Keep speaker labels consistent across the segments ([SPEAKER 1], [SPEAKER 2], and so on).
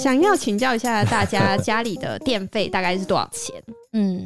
[SPEAKER 1] 想要请教一下大 家，家里的电费大概是多少钱？
[SPEAKER 2] 嗯，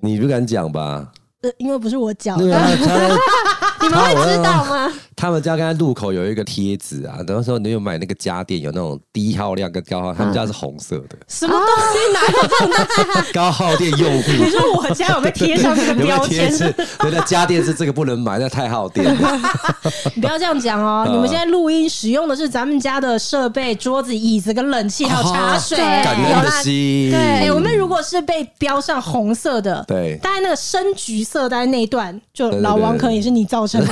[SPEAKER 3] 你不敢讲吧？
[SPEAKER 2] 呃因为不是我讲
[SPEAKER 3] 那
[SPEAKER 2] 的，
[SPEAKER 3] 个他他
[SPEAKER 1] 你们会知道吗？
[SPEAKER 3] 他们家刚才路口有一个贴纸啊，那时候你有买那个家电，有那种低耗量跟高耗，他们家是红色的，
[SPEAKER 2] 什么东西哪有？
[SPEAKER 3] 高耗电用 户。
[SPEAKER 2] 你说我家有被贴上这个
[SPEAKER 3] 有没有
[SPEAKER 2] 标
[SPEAKER 3] 贴
[SPEAKER 2] 签？
[SPEAKER 3] 纸？对，那家电是这个不能买，那太耗电了。
[SPEAKER 2] 你不要这样讲 哦！
[SPEAKER 3] 嗯
[SPEAKER 2] 你们现在录音使用的是咱们家的设备，桌子、椅子跟冷气，还有茶水。
[SPEAKER 1] 哦对
[SPEAKER 3] 啊感
[SPEAKER 1] 觉
[SPEAKER 3] 恩
[SPEAKER 2] 有
[SPEAKER 3] 的
[SPEAKER 2] 啦。
[SPEAKER 3] 心。
[SPEAKER 2] 哎、我们如果是被标上红色的，
[SPEAKER 3] 对
[SPEAKER 2] 大概那个深橘色，大概那一段，就
[SPEAKER 3] 对对
[SPEAKER 2] 老王
[SPEAKER 3] 对
[SPEAKER 2] 可能也是你造 成的。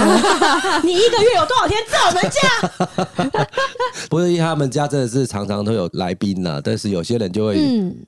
[SPEAKER 2] 你一个月有多少天在我们家？
[SPEAKER 3] 不是因为他们家真的是常常都有来宾呐、但是有些人就会，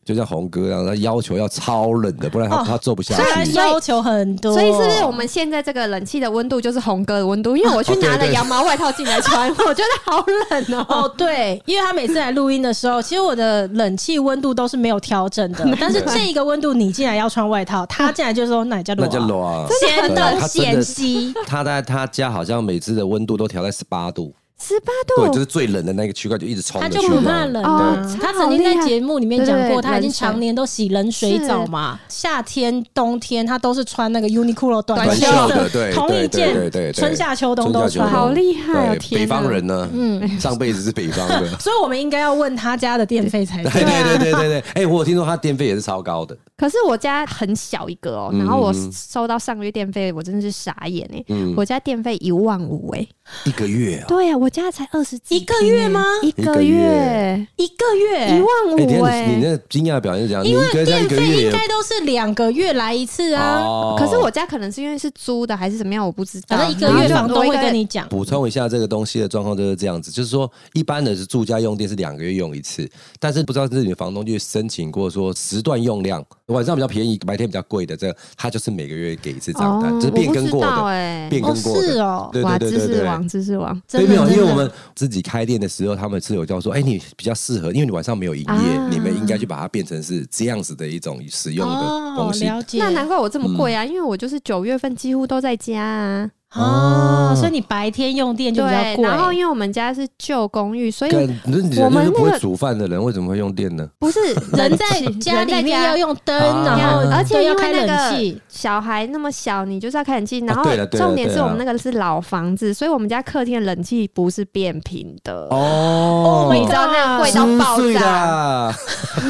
[SPEAKER 3] 就像红哥一样，他要求要超冷的，不然他、
[SPEAKER 2] 嗯哦
[SPEAKER 3] 他做不下
[SPEAKER 2] 虽然
[SPEAKER 3] 去。
[SPEAKER 2] 要求很多，
[SPEAKER 1] 所以是不是我们现在这个冷气的温度就是红哥的温度？因为我去拿
[SPEAKER 3] 哦对
[SPEAKER 1] 了
[SPEAKER 3] 对
[SPEAKER 1] 羊毛外套进来 穿，我觉得好冷哦、
[SPEAKER 2] 哦，对，因为他每次来录音的时候，其实我的冷气温度都是没有调整 的，但是这一个温度你进来要穿外套，他进来就说那你叫
[SPEAKER 3] 那
[SPEAKER 2] 暖
[SPEAKER 3] 就
[SPEAKER 2] 啊，
[SPEAKER 3] 裸啊！
[SPEAKER 1] 真
[SPEAKER 2] 嫌
[SPEAKER 1] 的很
[SPEAKER 3] 对
[SPEAKER 2] 东
[SPEAKER 3] 他
[SPEAKER 2] 嫌
[SPEAKER 3] 真的
[SPEAKER 2] 西。
[SPEAKER 3] 他在他家好像每次的温度都调在十八度，
[SPEAKER 1] 十八
[SPEAKER 3] 对，就
[SPEAKER 1] 度
[SPEAKER 3] 是最冷的那个区块就一直冲
[SPEAKER 2] 他
[SPEAKER 3] 着去
[SPEAKER 2] 就
[SPEAKER 3] 嘛。
[SPEAKER 2] 不怕冷啊
[SPEAKER 1] 哦！
[SPEAKER 2] 他曾经在节目里面讲
[SPEAKER 1] 对对
[SPEAKER 2] 过，
[SPEAKER 1] 对
[SPEAKER 2] 他已经常年都洗冷水澡嘛。夏天、冬天他都是穿那个 Uniqlo 短
[SPEAKER 1] 短
[SPEAKER 2] 袖
[SPEAKER 1] 袖
[SPEAKER 3] 的对
[SPEAKER 2] 同一
[SPEAKER 3] 对对对对
[SPEAKER 2] 件
[SPEAKER 3] 对，
[SPEAKER 2] 春夏秋冬都
[SPEAKER 3] 春夏秋冬
[SPEAKER 2] 穿。
[SPEAKER 1] 好厉害哦
[SPEAKER 3] 对
[SPEAKER 1] 天
[SPEAKER 3] 北
[SPEAKER 1] 哪
[SPEAKER 3] 方人呢，上辈子是北
[SPEAKER 2] 。
[SPEAKER 3] 方的
[SPEAKER 2] 所以我们应该要问他家的电费才
[SPEAKER 3] 对
[SPEAKER 2] 对。啊
[SPEAKER 3] 对对对对对，哎，我有听说他电费也是超高的，
[SPEAKER 1] 可是我家很小一个哦、然后我收到上个月电费，我真的是傻眼哎、我家电费一万五哎、
[SPEAKER 3] 一个月啊。
[SPEAKER 1] 对呀、我家才二十几、
[SPEAKER 2] 一个月吗
[SPEAKER 1] 一个月
[SPEAKER 2] 一个
[SPEAKER 1] 一
[SPEAKER 2] 月，
[SPEAKER 1] 万
[SPEAKER 3] 哎，等一
[SPEAKER 1] 五
[SPEAKER 3] 下
[SPEAKER 1] 哎、
[SPEAKER 3] 你你那惊讶的表现是怎样？你
[SPEAKER 2] 因
[SPEAKER 3] 一
[SPEAKER 2] 为
[SPEAKER 3] 个人
[SPEAKER 2] 电
[SPEAKER 3] 一个
[SPEAKER 2] 费应
[SPEAKER 3] 月也
[SPEAKER 2] 该都是两个月来一次啊。
[SPEAKER 3] 哦
[SPEAKER 1] 可是我家可能是因为是租的，还是怎么样，我不知道。
[SPEAKER 2] 反正一个月
[SPEAKER 1] 然
[SPEAKER 2] 房
[SPEAKER 1] 后就
[SPEAKER 2] 东会
[SPEAKER 1] 多一个
[SPEAKER 2] 跟你讲，
[SPEAKER 3] 补充一下这个东西的状况就是这样子，就是说一般的是住家用电是两个月用一次，但是不知道是你的房东去申请过说时段用量，晚上比较便宜，白天比较贵的，这个他就是每个月给一次账单，
[SPEAKER 1] 哦
[SPEAKER 3] 就是变更过
[SPEAKER 1] 我不知道
[SPEAKER 3] 的，
[SPEAKER 1] 欸
[SPEAKER 3] 变更过的，
[SPEAKER 2] 哦是哦
[SPEAKER 3] 对
[SPEAKER 1] 哇，
[SPEAKER 3] 对对
[SPEAKER 1] 知
[SPEAKER 3] 对
[SPEAKER 1] 识
[SPEAKER 3] 对。
[SPEAKER 1] 王，知识王，
[SPEAKER 3] 所以
[SPEAKER 2] 真
[SPEAKER 3] 没
[SPEAKER 2] 的
[SPEAKER 3] 有，因
[SPEAKER 2] 真
[SPEAKER 3] 为
[SPEAKER 2] 的
[SPEAKER 3] 我们自己开店的时候，他们是有叫说，哎、你比较适合，因为你晚上没有营业，
[SPEAKER 1] 啊
[SPEAKER 3] 你们应该去把它变成是这样子的一种使用的
[SPEAKER 2] 哦
[SPEAKER 3] 东，西。
[SPEAKER 2] 了解。
[SPEAKER 1] 那难怪我这么贵啊，因为我就是九月份几乎都在家啊。
[SPEAKER 2] 哦，所以你白天用电就比较
[SPEAKER 1] 对，
[SPEAKER 2] 贵。
[SPEAKER 1] 然后因为我们家是旧公寓，所以
[SPEAKER 3] 跟那你
[SPEAKER 1] 哎我
[SPEAKER 3] 人就
[SPEAKER 1] 们
[SPEAKER 3] 是不
[SPEAKER 1] 那
[SPEAKER 3] 会
[SPEAKER 1] 个
[SPEAKER 3] 煮饭的人，为什么会用电呢？
[SPEAKER 1] 不是
[SPEAKER 2] 人
[SPEAKER 1] 人
[SPEAKER 2] 在
[SPEAKER 1] 气
[SPEAKER 2] 家
[SPEAKER 1] 人在
[SPEAKER 2] 里面
[SPEAKER 1] 家
[SPEAKER 2] 要用灯，
[SPEAKER 3] 啊
[SPEAKER 2] 然后
[SPEAKER 1] 而且
[SPEAKER 2] 嗯对
[SPEAKER 1] 因
[SPEAKER 2] 要
[SPEAKER 1] 为
[SPEAKER 2] 开
[SPEAKER 1] 那
[SPEAKER 2] 冷
[SPEAKER 1] 个
[SPEAKER 2] 气。
[SPEAKER 1] 小孩那么小，你就是要开冷气。然
[SPEAKER 3] 哦
[SPEAKER 1] 后
[SPEAKER 3] 对了对了
[SPEAKER 1] 重点是
[SPEAKER 3] 对了
[SPEAKER 1] 我们那个是老房子，所以我们家客厅的冷气不是变频的，
[SPEAKER 3] 哦啊
[SPEAKER 2] Oh my
[SPEAKER 1] 你知道那样贵到爆
[SPEAKER 3] 心碎
[SPEAKER 1] 炸，
[SPEAKER 3] 啦！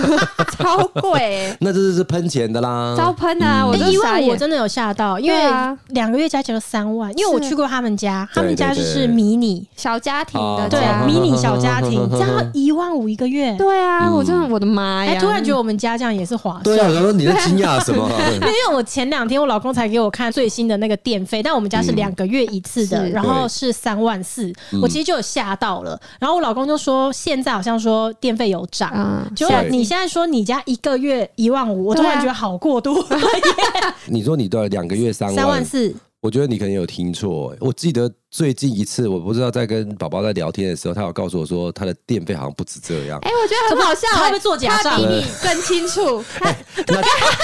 [SPEAKER 1] 超贵欸，
[SPEAKER 3] 那这是喷钱的啦，
[SPEAKER 1] 超喷啊！我
[SPEAKER 2] 哎，
[SPEAKER 1] 就
[SPEAKER 2] 一
[SPEAKER 1] 傻
[SPEAKER 2] 万我
[SPEAKER 1] 眼。
[SPEAKER 2] 真的有吓到，因
[SPEAKER 1] 对
[SPEAKER 2] 为
[SPEAKER 1] 啊
[SPEAKER 2] 两个月加起来就三万。因为我
[SPEAKER 1] 是
[SPEAKER 2] 去过他们家，他们家就
[SPEAKER 3] 对对
[SPEAKER 2] 是
[SPEAKER 3] 对
[SPEAKER 2] 迷你，
[SPEAKER 1] 小家庭的
[SPEAKER 3] 哦
[SPEAKER 2] 对
[SPEAKER 1] 家，
[SPEAKER 2] 迷你小家 庭，这样一万五一个月。
[SPEAKER 1] 啊对啊，我真的我的妈
[SPEAKER 2] 哎，
[SPEAKER 1] 呀！
[SPEAKER 2] 突然觉得我们家这样也是划算
[SPEAKER 3] 对。啊，我想说你在惊讶 什么？
[SPEAKER 2] 因为我前两天我老公才给我看最新的那个电费，但我们家
[SPEAKER 3] 嗯
[SPEAKER 2] 是两个月一次的，
[SPEAKER 1] 是
[SPEAKER 2] 然后是三万四，我其实就有吓到了。然后我老公就说，现在好像说电费有涨，
[SPEAKER 1] 嗯
[SPEAKER 2] 结果
[SPEAKER 3] 对
[SPEAKER 2] 你现在说你家一个月一万五，我突
[SPEAKER 1] 对啊
[SPEAKER 2] 然觉得好过度，
[SPEAKER 3] 你说你的两个月三
[SPEAKER 2] 三
[SPEAKER 3] 万
[SPEAKER 2] 万，四。
[SPEAKER 3] 我觉得你可能有听错。我记得最近一次，我不知道在跟宝宝在聊天的时候，他有告诉我说他的电费好像不止这 样。
[SPEAKER 1] 哎，我觉得很好笑欸，
[SPEAKER 2] 他会不会做假账
[SPEAKER 1] 他比你更清楚。他
[SPEAKER 3] 那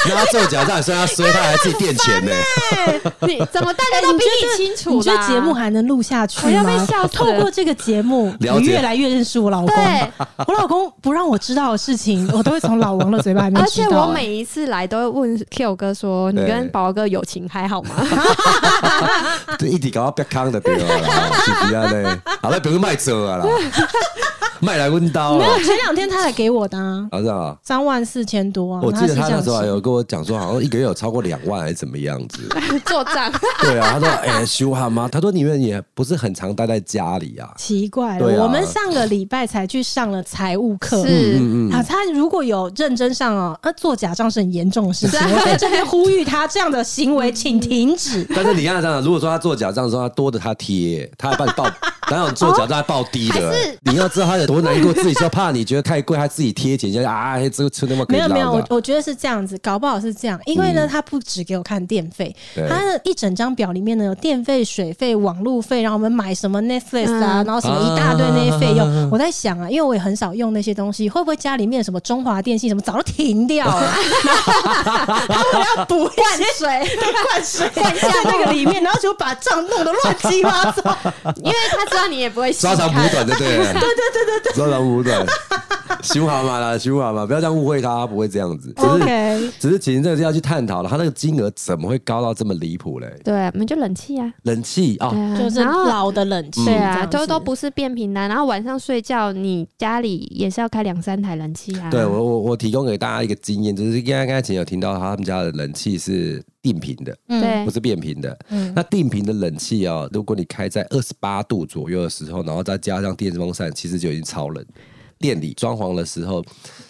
[SPEAKER 3] 那他做假账，虽然他衰，他还自己垫 钱呢。
[SPEAKER 1] 你怎么大家都比你清楚
[SPEAKER 2] 哎你觉
[SPEAKER 1] 啦？
[SPEAKER 2] 得节目还能录下去
[SPEAKER 1] 我要被
[SPEAKER 2] 吗
[SPEAKER 1] 笑？死
[SPEAKER 2] 透过这个节目，
[SPEAKER 3] 了
[SPEAKER 2] 我
[SPEAKER 3] 解
[SPEAKER 2] 越来越认识我老公
[SPEAKER 1] 对。
[SPEAKER 2] 我老公不让我知道的事情，我都会从老王的嘴巴里面
[SPEAKER 1] 而
[SPEAKER 2] 知
[SPEAKER 1] 且
[SPEAKER 2] 道。哎欸
[SPEAKER 1] 我每一次来都会问 Q 哥说：“你
[SPEAKER 3] 对
[SPEAKER 1] 跟宝宝哥友情还好吗
[SPEAKER 3] 对，一直搞到别康的对了啦，是不要嘞？好了，不用卖折 啊啦，卖来温刀
[SPEAKER 2] 没
[SPEAKER 3] 了
[SPEAKER 2] 有，，前两天他才给我的啊，
[SPEAKER 3] 好是吧？
[SPEAKER 2] 三万四千多啊。
[SPEAKER 3] 我记得
[SPEAKER 2] 他是
[SPEAKER 3] 他
[SPEAKER 2] 这
[SPEAKER 3] 那
[SPEAKER 2] 样
[SPEAKER 3] 时候还
[SPEAKER 2] 写
[SPEAKER 3] 有跟我讲说，好像一个月有超过两万还是怎么样子。？”
[SPEAKER 1] 做账，
[SPEAKER 3] 对啊，他说：“哎、修好吗？”他说：“你们也不是很常待在家里啊。
[SPEAKER 2] 奇怪
[SPEAKER 3] 对
[SPEAKER 2] 了，
[SPEAKER 3] 啊
[SPEAKER 2] 我们上个礼拜才去上了财务课。
[SPEAKER 1] 是
[SPEAKER 3] 嗯
[SPEAKER 2] 啊，他如果有认真上哦，那做假账是很严重的事情。我在这边呼吁他这样的行为，请停止”。
[SPEAKER 3] 但是你看这样，如果说他做假账的时候，他多的他贴，他还帮你报，然后做假账还报低的、
[SPEAKER 1] 还是
[SPEAKER 3] 你要知道他有多难过，自己就怕你觉得太贵，他自己贴钱，就啊，这个车那么可以
[SPEAKER 2] 没有没有，
[SPEAKER 3] 捞的
[SPEAKER 2] 我
[SPEAKER 3] 啊
[SPEAKER 2] 我觉得是这样子，搞不好是这样，因为呢，他不只给我看电费，
[SPEAKER 3] 对
[SPEAKER 2] 他的一整张表里面呢有电费、水费、网路费，然后我们买什么 Netflix 啊，
[SPEAKER 1] 嗯
[SPEAKER 2] 然后什么一大堆那些费用。我在想啊，因为我也很少用那些东西，会不会家里面什么中华电信什么早就停掉了，然后我要补一
[SPEAKER 1] 灌
[SPEAKER 2] 些
[SPEAKER 1] 水，
[SPEAKER 2] 灌水在那个里面，然后就把账弄得乱七八糟。
[SPEAKER 1] 因为他之知道你也不会细
[SPEAKER 3] 抓长补
[SPEAKER 1] 看。
[SPEAKER 3] 短就对了，对对对对对，抓长补短。熊蛤蟆啦，熊蛤蟆，不要这样误会他，他不会这样子。只是
[SPEAKER 2] OK
[SPEAKER 3] 只是其实这个是要去探讨了，他那个金额怎么会高到这么离谱嘞？
[SPEAKER 1] 对，我们就冷气啊，
[SPEAKER 3] 冷气啊，
[SPEAKER 1] 对啊，
[SPEAKER 2] 哦就是
[SPEAKER 1] 然后
[SPEAKER 2] 老的冷气，
[SPEAKER 1] 对
[SPEAKER 2] 这
[SPEAKER 1] 啊，
[SPEAKER 2] 样子
[SPEAKER 1] 都都不是变频的。然后晚上睡觉，你家里也是要开两三台冷气啊。
[SPEAKER 3] 对我我我提供给大家一个经验，就是刚刚刚才有听到他们家的冷气是定频的，
[SPEAKER 1] 对
[SPEAKER 3] 不是变频的。
[SPEAKER 2] 嗯
[SPEAKER 3] 那定频的冷气哦，如果你开在二十八度左右的时候，然后再加上电风扇，其实就已经超冷。店里装潢的时候，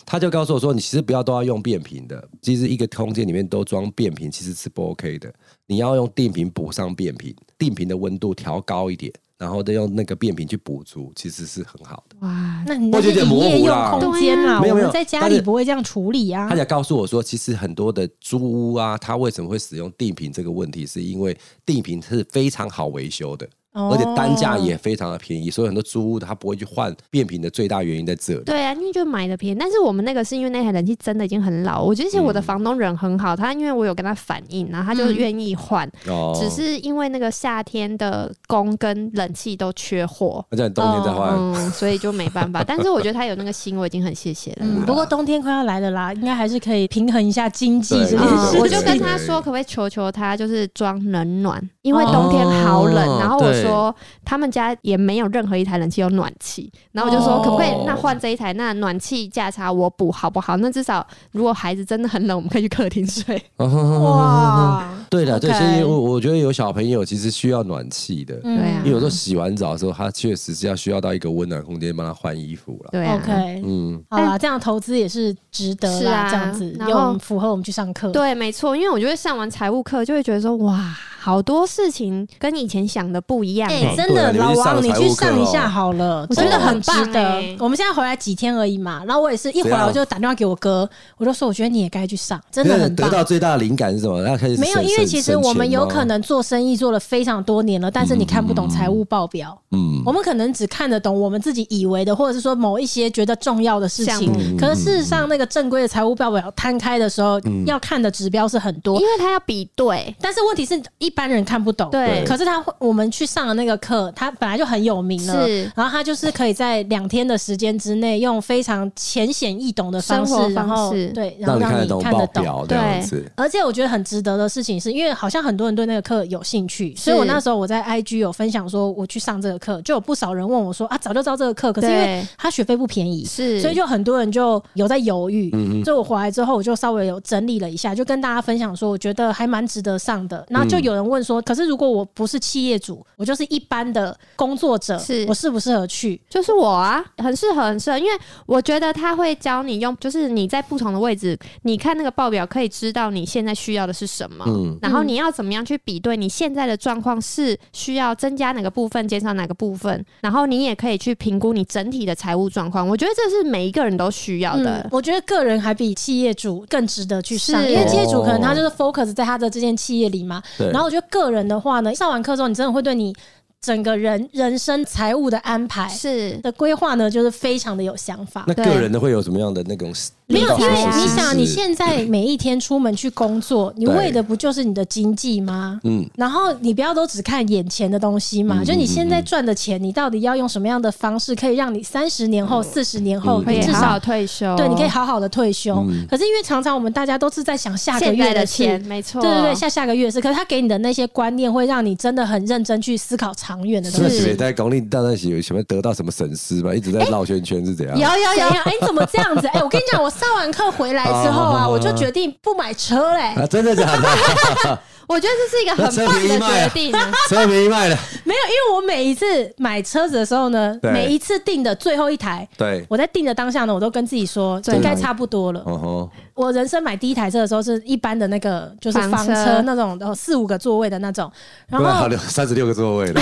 [SPEAKER 3] 他就告诉我说，你其实不要都要用变频的，其实一个空间里面都装变频其实是不 OK 的。你要用定频补上变频，定频的温度调高一点，然后再用那个变频去补足，其实是很好的。
[SPEAKER 1] 哇，
[SPEAKER 2] 那你那是
[SPEAKER 3] 我觉得有点模糊啦
[SPEAKER 2] 营业用空间啦，
[SPEAKER 3] 对啊
[SPEAKER 2] 我
[SPEAKER 3] 没有没有
[SPEAKER 2] 们在家里不会这样处理啊
[SPEAKER 3] 他。也告诉我说，其实很多的租屋啊，它为什么会使用地坪这个问题，是因为地坪是非常好维修的，
[SPEAKER 2] 哦
[SPEAKER 3] 而且单价也非常的便宜，所以很多租屋它不会去换变频的最大原因在这里。
[SPEAKER 1] 对啊，因为就买的便宜，但是我们那个是因为那台冷气真的已经很老，我觉得其实
[SPEAKER 2] 嗯
[SPEAKER 1] 我的房东人很好，他因为我有跟他反映，然后他就愿意换，
[SPEAKER 3] 哦
[SPEAKER 1] 只是因为那个夏天的工跟冷气都缺货，
[SPEAKER 3] 那叫你冬天再换，
[SPEAKER 1] 嗯，所以就没办 法。但是我觉得他有那个心，我已经很谢谢了。
[SPEAKER 2] 嗯，不过冬天快要来了啦，应该还是可以平衡一下经济
[SPEAKER 3] 对
[SPEAKER 2] 这件
[SPEAKER 3] 对
[SPEAKER 2] 事
[SPEAKER 1] 嗯，
[SPEAKER 2] 情。
[SPEAKER 1] 我就跟他
[SPEAKER 3] 对
[SPEAKER 1] 说，可不可以求求他，就是装冷暖，因为冬天好冷。
[SPEAKER 3] 哦
[SPEAKER 1] 然后我
[SPEAKER 3] 对
[SPEAKER 1] 说他们家也没有任何一台冷气有暖气，然后我就说
[SPEAKER 2] 哦
[SPEAKER 1] 可不可以那换这一台，那暖气价差我补好不好？那至少如果孩子真的很冷，我们可以去客厅睡。
[SPEAKER 2] 嗯 哇，
[SPEAKER 3] 对的，
[SPEAKER 2] OK
[SPEAKER 3] 这些我我觉得有小朋友其实需要暖气的，
[SPEAKER 2] 嗯
[SPEAKER 1] 对啊
[SPEAKER 3] 因为有时候洗完澡的时候，他确实是要需要到一个温暖空间帮他换衣服了。
[SPEAKER 1] 对啊
[SPEAKER 2] OK，
[SPEAKER 3] 嗯，
[SPEAKER 2] 好啦，这样投资也是值得
[SPEAKER 1] 是
[SPEAKER 2] 啦，
[SPEAKER 1] 啊
[SPEAKER 2] 这样子
[SPEAKER 1] 然后
[SPEAKER 2] 又符合我们去上课。
[SPEAKER 1] 对，没错，因为我就会上完财务课，就会觉得说哇，好多事情跟以前想的不一样、
[SPEAKER 2] 哎、
[SPEAKER 1] 欸。
[SPEAKER 2] 真
[SPEAKER 3] 对啊
[SPEAKER 2] 的，
[SPEAKER 3] 你去
[SPEAKER 2] 老王，
[SPEAKER 3] 上
[SPEAKER 2] 你
[SPEAKER 3] 财
[SPEAKER 2] 去
[SPEAKER 3] 务课
[SPEAKER 2] 上一
[SPEAKER 3] 哦
[SPEAKER 2] 下好了，真的
[SPEAKER 1] 觉得
[SPEAKER 2] 很
[SPEAKER 1] 很
[SPEAKER 2] 值
[SPEAKER 1] 棒
[SPEAKER 2] 得
[SPEAKER 1] 欸。
[SPEAKER 2] 我们现在回来几天而已嘛，然后我也是一回
[SPEAKER 3] 怎
[SPEAKER 2] 来
[SPEAKER 3] 样
[SPEAKER 2] 我就打电话给我哥，我就说我觉得你也该去上，真的
[SPEAKER 3] 那
[SPEAKER 2] 很
[SPEAKER 3] 得
[SPEAKER 2] 棒。
[SPEAKER 3] 到最大的灵感是什么？要开始
[SPEAKER 2] 没有，
[SPEAKER 3] 省
[SPEAKER 2] 因为其实
[SPEAKER 3] 省
[SPEAKER 2] 我们
[SPEAKER 3] 钱
[SPEAKER 2] 有
[SPEAKER 3] 吗
[SPEAKER 2] 可能做生意做了非常多年了，但是你看不懂财务报表，
[SPEAKER 3] 嗯
[SPEAKER 2] 我们可能只看得懂我们自己以为的，或者是说某一些觉得重要的事
[SPEAKER 1] 项
[SPEAKER 2] 情。
[SPEAKER 1] 目
[SPEAKER 2] 可是事实
[SPEAKER 3] 嗯
[SPEAKER 2] 上，那个正规的财务报表摊开的时候，要看的指标是很多
[SPEAKER 1] 因。为他要比对，
[SPEAKER 2] 但是问题是一般人看不懂，
[SPEAKER 1] 对
[SPEAKER 2] 可是他会，我们去上的那个课，他本来就很有名了，
[SPEAKER 1] 是
[SPEAKER 2] 然后他就是可以在两天的时间之内，用非常浅显易懂的方式，
[SPEAKER 1] 生活方式
[SPEAKER 2] 然后对，然
[SPEAKER 3] 让
[SPEAKER 2] 后
[SPEAKER 3] 你看
[SPEAKER 2] 让
[SPEAKER 3] 得
[SPEAKER 2] 你
[SPEAKER 3] 懂
[SPEAKER 2] 看得
[SPEAKER 3] 报
[SPEAKER 2] 懂。
[SPEAKER 3] 表这
[SPEAKER 1] 对
[SPEAKER 3] 样子。
[SPEAKER 2] 而且我觉得很值得的事情是，因为好像很多人对那个课有兴趣，所以我那时候我在 IG 有分享说我去上这个课，就有不少人问我说啊，早就知道这个课，可是因为
[SPEAKER 1] 对
[SPEAKER 2] 他学费不便宜，
[SPEAKER 1] 是，
[SPEAKER 2] 所以就很多人就有在犹豫。所以我回来之后，我就稍微有整理了一下，就跟大家分享说，我觉得还蛮值得上的。然后就有人问说，可是如果我不是企业主，我就是一般的工作者，
[SPEAKER 1] 是
[SPEAKER 2] 我适不适合去？
[SPEAKER 1] 就是我啊，很适合，很适合，因为我觉得他会教你用，就是你在不同的位置，你看那个报表可以知道你现在需要的是什么，
[SPEAKER 3] 嗯
[SPEAKER 1] 然后你要怎么样去比对你现在的状况是需要增加哪个部分，减少哪个部分，然后你也可以去评估你整体的财务状况。我觉得这是每一个人都需要的。
[SPEAKER 2] 嗯，我觉得个人还比企业主更值得去上，
[SPEAKER 1] 是
[SPEAKER 2] 因为企业主可能他就是 focus 在他的这间企业里嘛。
[SPEAKER 3] 对
[SPEAKER 2] 然后我觉得个人的话呢，上完课之后，你真的会对你整个人人生财务的安排
[SPEAKER 1] 是
[SPEAKER 2] 的规划呢，就是非常的有想法。
[SPEAKER 3] 那个
[SPEAKER 1] 对
[SPEAKER 3] 人的会有什么样的那种？
[SPEAKER 2] 没有，
[SPEAKER 1] 理
[SPEAKER 2] 因
[SPEAKER 1] 财
[SPEAKER 2] 为
[SPEAKER 1] 啊
[SPEAKER 2] 你想，
[SPEAKER 3] 是
[SPEAKER 2] 你现在每一天出门去工作，你为的不就是你的经济吗？
[SPEAKER 3] 嗯，
[SPEAKER 2] 然后你不要都只看眼前的东西嘛，就你现在赚的钱，你到底要用什么样的方式，可以让你三十年
[SPEAKER 3] 嗯
[SPEAKER 2] 后、四十年后，
[SPEAKER 1] 可以
[SPEAKER 2] 你至
[SPEAKER 1] 好
[SPEAKER 2] 少
[SPEAKER 1] 好退休，
[SPEAKER 2] 对，你可以好好的退休。
[SPEAKER 3] 嗯
[SPEAKER 2] 可是因为常常我们大家都是在想下个
[SPEAKER 1] 现
[SPEAKER 2] 月
[SPEAKER 1] 在的
[SPEAKER 2] 事
[SPEAKER 1] 钱，。没错，
[SPEAKER 2] 对对对，下下个月的事。可是他给你的那些观念，会让你真的很认真去思考长远的
[SPEAKER 3] 是
[SPEAKER 2] 东
[SPEAKER 3] 不
[SPEAKER 2] 西。
[SPEAKER 3] 是在功利大那些有什么得到什么损失吧？一直在绕圈圈是怎样？
[SPEAKER 2] 有有有有，哎，你怎么这样 子？哎，我跟你讲，我上完课回来之后 啊，
[SPEAKER 3] 哦
[SPEAKER 2] 我就决定不买车嘞。
[SPEAKER 3] 啊，真的假的？
[SPEAKER 1] 我觉得这是一个很棒的决定啊、
[SPEAKER 3] 车没卖了，
[SPEAKER 2] 没有，因为我每一次买车子的时候呢，
[SPEAKER 3] 对
[SPEAKER 2] 每一次订的最后一台，
[SPEAKER 3] 对，
[SPEAKER 2] 我在订的当下呢，我都跟自己说
[SPEAKER 1] 对
[SPEAKER 2] 应该差不多了。
[SPEAKER 3] 哦吼，
[SPEAKER 2] 我人生买第一台车的时候是一般的那个，就是房
[SPEAKER 1] 房
[SPEAKER 2] 车
[SPEAKER 1] 车
[SPEAKER 2] 那种，哦，四五个座位的那种。然
[SPEAKER 3] 不然好
[SPEAKER 2] 后
[SPEAKER 3] 六三十六个座位了，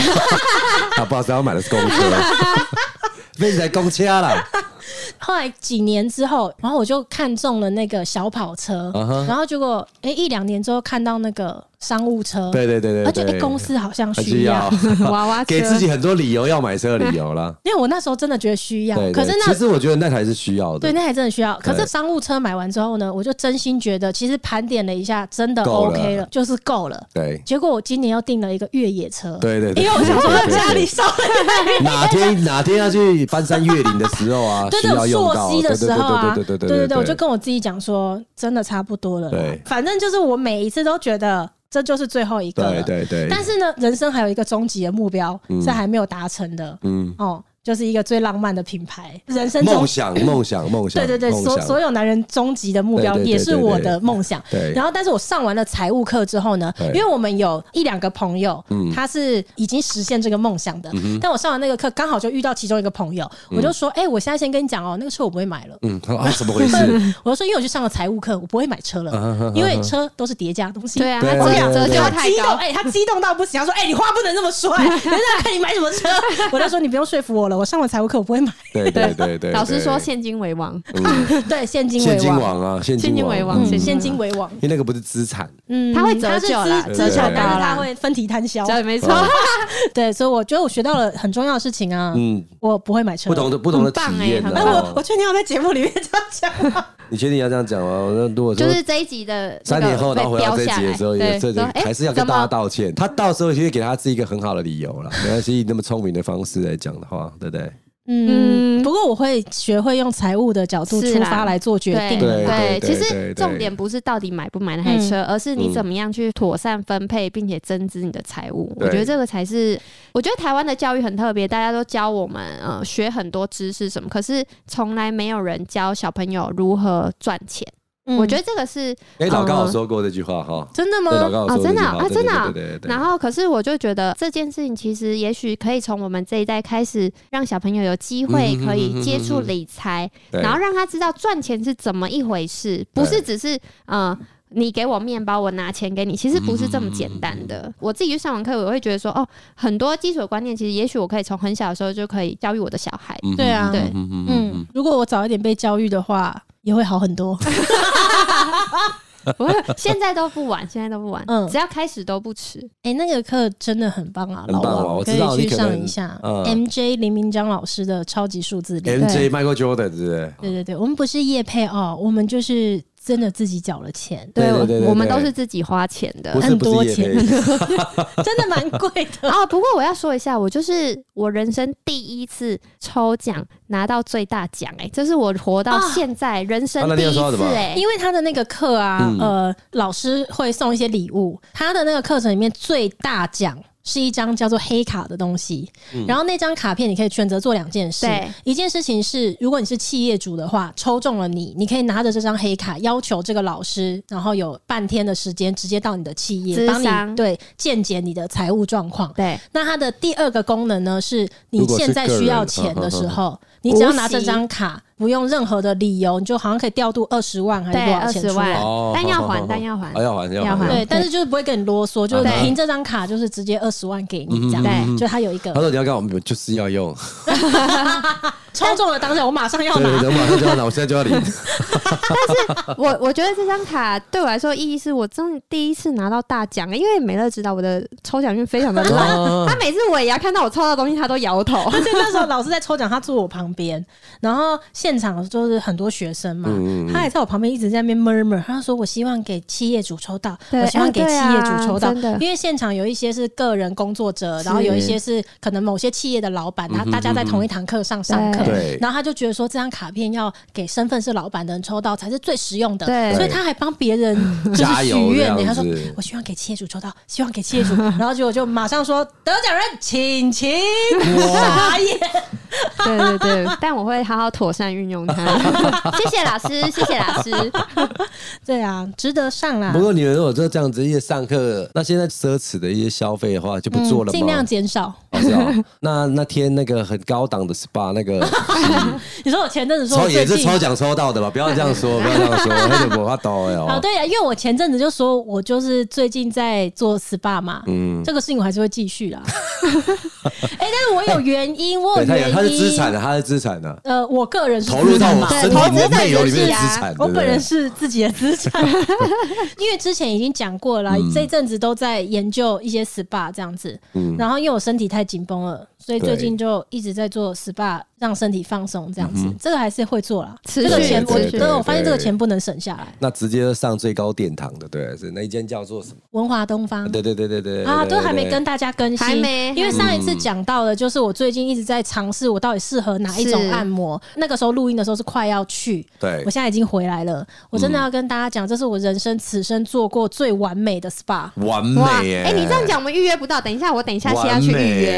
[SPEAKER 3] 啊，不好意思，我买的是公车，被你在公车啦，
[SPEAKER 2] 后来几年之后，然后我就看中了那个小跑车
[SPEAKER 3] 嗯哼
[SPEAKER 2] 然后结果哎、一两年之后看到那个商务车，
[SPEAKER 3] 对对对对，
[SPEAKER 2] 而且哎
[SPEAKER 3] 对
[SPEAKER 2] 公司好像
[SPEAKER 3] 还
[SPEAKER 2] 需
[SPEAKER 3] 是要
[SPEAKER 2] 要，
[SPEAKER 1] 娃娃车
[SPEAKER 3] 给自己很多理由要买车的理由啦。
[SPEAKER 2] 因为我那时候真的觉得需要
[SPEAKER 3] 对，，
[SPEAKER 2] 可是
[SPEAKER 3] 对
[SPEAKER 2] 那
[SPEAKER 3] 其实我觉得那台是需要的，
[SPEAKER 2] 对，那还真的需要。可是
[SPEAKER 3] 对
[SPEAKER 2] 商务车买完之后呢，我就真心觉得，其实盘点了一下，真的
[SPEAKER 3] 够了
[SPEAKER 2] OK 了，就是够了。
[SPEAKER 3] 对
[SPEAKER 2] 结果我今年又订了一个越野车，
[SPEAKER 3] 对对对，
[SPEAKER 2] 因为我想说
[SPEAKER 3] 对对对
[SPEAKER 2] 家里烧了，
[SPEAKER 3] 哪天哪天要去翻山越岭的时候啊，
[SPEAKER 2] 对
[SPEAKER 3] 需
[SPEAKER 2] 对，
[SPEAKER 3] 要
[SPEAKER 2] 有
[SPEAKER 3] 用
[SPEAKER 2] 溯
[SPEAKER 3] 到，
[SPEAKER 2] 溪的时候啊，
[SPEAKER 3] 对对对
[SPEAKER 2] 对
[SPEAKER 3] 对
[SPEAKER 2] 对，我就跟我自己讲说，真的差不多了啦
[SPEAKER 3] 对。
[SPEAKER 2] 反正就是我每一次都觉得这就是最后一个
[SPEAKER 3] 对
[SPEAKER 2] 了，
[SPEAKER 3] 对对，
[SPEAKER 2] 但是呢，人生还有一个终极的目标是还没有达成的，
[SPEAKER 3] 嗯，
[SPEAKER 2] 哦，就是一个最浪漫的品牌，人生中
[SPEAKER 3] 梦想梦想梦想，
[SPEAKER 2] 对对对，
[SPEAKER 3] 梦
[SPEAKER 2] 所
[SPEAKER 3] 想
[SPEAKER 2] 所有男人终极的目标
[SPEAKER 3] 对对对
[SPEAKER 2] 也是我的梦想。
[SPEAKER 3] 对
[SPEAKER 2] 然后，但是我上完了财务课之后呢，
[SPEAKER 3] 对嗯
[SPEAKER 2] 因为我们有一两个朋友，他是已经实现这个梦想的，但我上完那个课，刚好就遇到其中一个朋友，我就说：“哎、我现在先跟你讲哦，那个车我不会买了。”
[SPEAKER 3] 嗯，他说啊，怎么回事？
[SPEAKER 2] 我就说，因为我去上了财务课，我不会买车
[SPEAKER 3] 啊
[SPEAKER 2] 了，因为车都是叠加东西。
[SPEAKER 1] 对啊，
[SPEAKER 3] 对
[SPEAKER 1] 他
[SPEAKER 3] 啊对啊
[SPEAKER 1] 折折
[SPEAKER 3] 对
[SPEAKER 1] 旧
[SPEAKER 3] 啊
[SPEAKER 2] 他
[SPEAKER 1] 太
[SPEAKER 2] 激动，
[SPEAKER 1] 高，
[SPEAKER 2] 哎、他激动到不行。他说：“哎、你话不能这么说、 哎，人家看你买什么车。” 我就说：“你不用说服我了，我上了财务课，我不会买。
[SPEAKER 3] 对对对对，
[SPEAKER 1] 老师说
[SPEAKER 3] 对
[SPEAKER 1] 现金为王，
[SPEAKER 3] 嗯
[SPEAKER 2] 对，现金
[SPEAKER 3] 现
[SPEAKER 2] 为
[SPEAKER 3] 金
[SPEAKER 2] 王，
[SPEAKER 3] 王啊，现
[SPEAKER 1] 现金为
[SPEAKER 3] 为
[SPEAKER 1] 王
[SPEAKER 3] 嗯
[SPEAKER 1] 现
[SPEAKER 2] 嗯，
[SPEAKER 1] 金
[SPEAKER 2] 现金为王。
[SPEAKER 3] 因为那个不是资产，
[SPEAKER 2] 嗯
[SPEAKER 1] 它会折旧啦
[SPEAKER 2] 它是
[SPEAKER 3] 折旧
[SPEAKER 2] 但是
[SPEAKER 3] 到
[SPEAKER 1] 啦
[SPEAKER 2] 它会分体摊销。
[SPEAKER 1] 对，没错，
[SPEAKER 2] 对，所以我觉得我学到了很重要的事情啊。
[SPEAKER 3] 嗯，
[SPEAKER 2] 我不会买车，
[SPEAKER 3] 不同的不同的体
[SPEAKER 1] 很棒欸
[SPEAKER 3] 验
[SPEAKER 1] 很棒
[SPEAKER 3] 啊。
[SPEAKER 2] 哎，我我
[SPEAKER 3] 哦
[SPEAKER 2] 确定要在节目里面这样讲吗。
[SPEAKER 3] 你确定要这样讲吗？那如果说
[SPEAKER 1] 就是这一集的
[SPEAKER 3] 三年后，
[SPEAKER 1] 那个
[SPEAKER 3] 然后
[SPEAKER 1] 被
[SPEAKER 3] 回
[SPEAKER 1] 标
[SPEAKER 3] 到这一
[SPEAKER 1] 下
[SPEAKER 3] 集
[SPEAKER 1] 来，
[SPEAKER 3] 的时候，也
[SPEAKER 1] 对，
[SPEAKER 3] 这
[SPEAKER 1] 说哎
[SPEAKER 3] 还是要跟大家
[SPEAKER 1] 怎么
[SPEAKER 3] 道歉。他到时候其实给他自己一个很好的理由了，没关系，那么聪明的方式来讲的话，对不对？
[SPEAKER 2] 嗯，
[SPEAKER 1] 嗯
[SPEAKER 2] 不过我会学会用财务的角度
[SPEAKER 1] 是
[SPEAKER 2] 出
[SPEAKER 1] 啦
[SPEAKER 2] 发来做决定
[SPEAKER 3] 对
[SPEAKER 2] 啊。
[SPEAKER 1] 对
[SPEAKER 3] 对
[SPEAKER 1] 其
[SPEAKER 3] 对
[SPEAKER 1] 实
[SPEAKER 3] 对嗯
[SPEAKER 1] 重点不是到底买不买那台
[SPEAKER 2] 嗯
[SPEAKER 1] 车，而是你怎么样去妥善分配，并且增值你的财务。我
[SPEAKER 3] 对
[SPEAKER 1] 觉得这个才是，我觉得台湾的教育很特别，大家都教我们呃学很多知识什么，可是从来没有人教小朋友如何赚钱。
[SPEAKER 2] 嗯
[SPEAKER 1] 我觉得这个是
[SPEAKER 3] 哎，老高有
[SPEAKER 1] 嗯
[SPEAKER 3] 说过这句话哈，
[SPEAKER 2] 真的
[SPEAKER 3] 对，老
[SPEAKER 2] 吗？
[SPEAKER 3] 高有说过这句话
[SPEAKER 1] 哦真的啊
[SPEAKER 3] 对对对对对对。
[SPEAKER 1] 然后，可是我就觉得这件事情其实也许可以从我们这一代开始，让小朋友有机会
[SPEAKER 3] 嗯哼
[SPEAKER 1] 可以
[SPEAKER 3] 哼
[SPEAKER 1] 接触
[SPEAKER 3] 哼哼
[SPEAKER 1] 理财，
[SPEAKER 3] 对
[SPEAKER 1] 然后让他知道赚钱是怎么一回事，不是只是呃。你给我面包，我拿钱给你，其实不是这么简单
[SPEAKER 3] 嗯
[SPEAKER 1] 的。我自己去上完课，我会觉得说，哦，很多基础的观念，其实也许我可以从很小的时候就可以教育我的小孩。
[SPEAKER 3] 嗯
[SPEAKER 2] 对啊
[SPEAKER 1] 对
[SPEAKER 3] 嗯嗯嗯
[SPEAKER 2] 嗯，如果我早一点被教育的话，也会好很多。
[SPEAKER 1] 不会，现在都不晚，现在都不晚，
[SPEAKER 2] 嗯
[SPEAKER 1] 只要开始都不迟。
[SPEAKER 2] 哎，那个课真的很棒啊，
[SPEAKER 3] 很
[SPEAKER 2] 老
[SPEAKER 3] 棒啊
[SPEAKER 2] 王
[SPEAKER 3] 我
[SPEAKER 2] 可
[SPEAKER 3] 知道
[SPEAKER 2] 以去
[SPEAKER 3] 你可能
[SPEAKER 2] 上一下
[SPEAKER 3] 嗯
[SPEAKER 2] MJ 林明章老师的超级数字力。
[SPEAKER 3] MJ Michael Jordan 是不是？
[SPEAKER 2] 对对对，我们不是业配哦，我们就是真的自己缴了钱，
[SPEAKER 3] 对对对对
[SPEAKER 1] 我们
[SPEAKER 3] 对
[SPEAKER 1] 都是自己花钱的，
[SPEAKER 3] 不是
[SPEAKER 2] 很
[SPEAKER 3] 不
[SPEAKER 2] 多
[SPEAKER 3] 是也可以，
[SPEAKER 2] 真的蛮贵 的。
[SPEAKER 1] 啊、不过我要说一下，我就是我人生第一次抽奖拿到最大奖，哎，这是我活到
[SPEAKER 2] 啊
[SPEAKER 1] 现在、人生
[SPEAKER 3] 啊那
[SPEAKER 1] 第
[SPEAKER 3] 你有
[SPEAKER 1] 一
[SPEAKER 3] 收到
[SPEAKER 1] 次
[SPEAKER 3] 什，么
[SPEAKER 1] 哎、
[SPEAKER 2] 因为他的那个课啊，
[SPEAKER 3] 嗯
[SPEAKER 2] 呃，老师会送一些礼物。他的那个课程里面最大奖是一张叫做黑卡的东西，
[SPEAKER 3] 嗯
[SPEAKER 2] 然后那张卡片你可以选择做两件事
[SPEAKER 1] 对，
[SPEAKER 2] 一件事情是如果你是企业主的话，抽中了你，你可以拿着这张黑卡要求这个老师，然后有半天的时间直接到你的企业
[SPEAKER 1] 咨
[SPEAKER 2] 帮
[SPEAKER 1] 商
[SPEAKER 2] 你对见解你的财务状况。
[SPEAKER 1] 对，
[SPEAKER 2] 那它的第二个功能呢，是你
[SPEAKER 3] 如果是
[SPEAKER 2] 现在需要钱的时
[SPEAKER 1] 啊
[SPEAKER 2] 候，你只要拿这张卡，不用任何的理由，你就好像可以调度二十万还是
[SPEAKER 1] 对
[SPEAKER 2] 多少
[SPEAKER 1] 20
[SPEAKER 2] 钱出来
[SPEAKER 1] 万。
[SPEAKER 3] 哦
[SPEAKER 1] 但要
[SPEAKER 3] 好
[SPEAKER 1] 还
[SPEAKER 3] 好
[SPEAKER 1] 但要还
[SPEAKER 3] 啊要还要
[SPEAKER 1] 要
[SPEAKER 3] 还
[SPEAKER 1] 还
[SPEAKER 2] 对，
[SPEAKER 1] 对
[SPEAKER 2] 但是就是不会跟你啰嗦，就是
[SPEAKER 1] 对
[SPEAKER 2] 凭这张卡就是直接二十万给你这
[SPEAKER 1] 嗯嗯
[SPEAKER 2] 样，
[SPEAKER 1] 嗯
[SPEAKER 2] 就它有一个
[SPEAKER 3] 他说你要干嘛？我们就是要用，
[SPEAKER 2] 抽中了，当下我马上 要
[SPEAKER 3] 对对，
[SPEAKER 2] 拿。
[SPEAKER 3] 对我马上就要拿，我现在就要 领。
[SPEAKER 1] 我我觉得这张卡对我来说意义是我真的第一次拿到大奖，因为美乐知道我的抽奖运非常的烂，
[SPEAKER 3] 哦
[SPEAKER 1] 他每次尾牙看到我抽到东西，他都摇头。
[SPEAKER 2] 而且那时候老师在抽奖，他坐我旁边，然后现场就是很多学生嘛，
[SPEAKER 3] 嗯嗯嗯
[SPEAKER 2] 他也在我旁边一直在那边 murmur，他说我希望给企业主抽到，
[SPEAKER 1] 对
[SPEAKER 2] 我希望给
[SPEAKER 1] 啊
[SPEAKER 2] 企
[SPEAKER 1] 对啊
[SPEAKER 2] 业主抽到
[SPEAKER 1] 真的，
[SPEAKER 2] 因为现场有一些是个人工作者，
[SPEAKER 1] 是
[SPEAKER 2] 然后有一些是可能某些企业的老板，
[SPEAKER 3] 嗯
[SPEAKER 2] 然后大家在同一堂课上上课
[SPEAKER 3] 对，
[SPEAKER 2] 然后他就觉得说这张卡片要给身份是老板的人抽到才是最实用的，
[SPEAKER 1] 对
[SPEAKER 2] 所以他还帮别人就
[SPEAKER 3] 加
[SPEAKER 2] 是许
[SPEAKER 3] 油这
[SPEAKER 2] 愿呢，
[SPEAKER 3] 样
[SPEAKER 2] 他说
[SPEAKER 3] 子
[SPEAKER 2] 我希望给企业主抽到，希望给企业主，然后结果就马上说得奖人请请，傻眼。
[SPEAKER 1] 对对对， 但我会好好妥善运用它。谢谢老师，谢谢老师。
[SPEAKER 2] 对啊，值得上啦。
[SPEAKER 3] 不过你们如果就这样子一直上课，那现在奢侈的一些消费的话就不做了吗？
[SPEAKER 2] 嗯尽量减少。
[SPEAKER 3] 哦 是啊，那那天那个很高档的 SPA 那个
[SPEAKER 2] 你说我前阵子说
[SPEAKER 3] 抽
[SPEAKER 2] 我
[SPEAKER 3] 也
[SPEAKER 2] 最
[SPEAKER 3] 是
[SPEAKER 2] 近
[SPEAKER 3] 抽奖抽到的吧？不要这样说，不要这样说，那个我怕抖哎
[SPEAKER 2] 啊，
[SPEAKER 3] 哦。
[SPEAKER 2] 对呀，因为我前阵子就说我就是最近在做 SPA 嘛，
[SPEAKER 3] 嗯
[SPEAKER 2] 这个事情我还是会继续 啦。哎，但是我有原因，我
[SPEAKER 3] 对，
[SPEAKER 2] 有
[SPEAKER 3] 他也
[SPEAKER 2] 原因，
[SPEAKER 3] 他是资产的，啊他是资产的，
[SPEAKER 2] 呃，我个人是
[SPEAKER 3] 投入
[SPEAKER 2] 资
[SPEAKER 3] 到我
[SPEAKER 2] 产嘛
[SPEAKER 3] 身体
[SPEAKER 1] 对投资
[SPEAKER 3] 里面
[SPEAKER 1] 在
[SPEAKER 3] 内油里面的
[SPEAKER 1] 游戏啊
[SPEAKER 3] 资产，
[SPEAKER 2] 我
[SPEAKER 3] 哎对
[SPEAKER 2] 本
[SPEAKER 3] 不对
[SPEAKER 2] 人是自己的资产， 因为之前已经讲过了啦，
[SPEAKER 3] 嗯
[SPEAKER 2] 这阵子都在研究一些 SPA 这样子，
[SPEAKER 3] 嗯
[SPEAKER 2] 然后因为我身体太紧绷了，所以最近就一直在做 SPA，让身体放松这样
[SPEAKER 3] 嗯
[SPEAKER 2] 子，这个还是会做啦。
[SPEAKER 1] 持
[SPEAKER 2] 这个
[SPEAKER 1] 续
[SPEAKER 2] 钱我
[SPEAKER 1] 持续
[SPEAKER 2] 对我发现这个钱不能省下来，
[SPEAKER 3] 那直接上最高殿堂的，对，是那一间叫做什么？
[SPEAKER 2] 文华东方。
[SPEAKER 3] 对对对对对
[SPEAKER 2] 啊，
[SPEAKER 3] 对
[SPEAKER 2] 都还没
[SPEAKER 3] 对
[SPEAKER 2] 跟大家更新，
[SPEAKER 1] 还没
[SPEAKER 2] 因为上一次讲到的，就是我最近一直在尝试，我到底适合哪一种
[SPEAKER 1] 是
[SPEAKER 2] 按摩。那个时候录音的时候是快要去，
[SPEAKER 3] 对嗯
[SPEAKER 2] 我现在已经回来了。我真的要跟大家讲，这是我人生此生做过最完美的 SPA。
[SPEAKER 3] 完
[SPEAKER 1] 哇，
[SPEAKER 3] 美耶！
[SPEAKER 1] 哎、你这样讲我们预约不到，等一下我等一下先要去预约，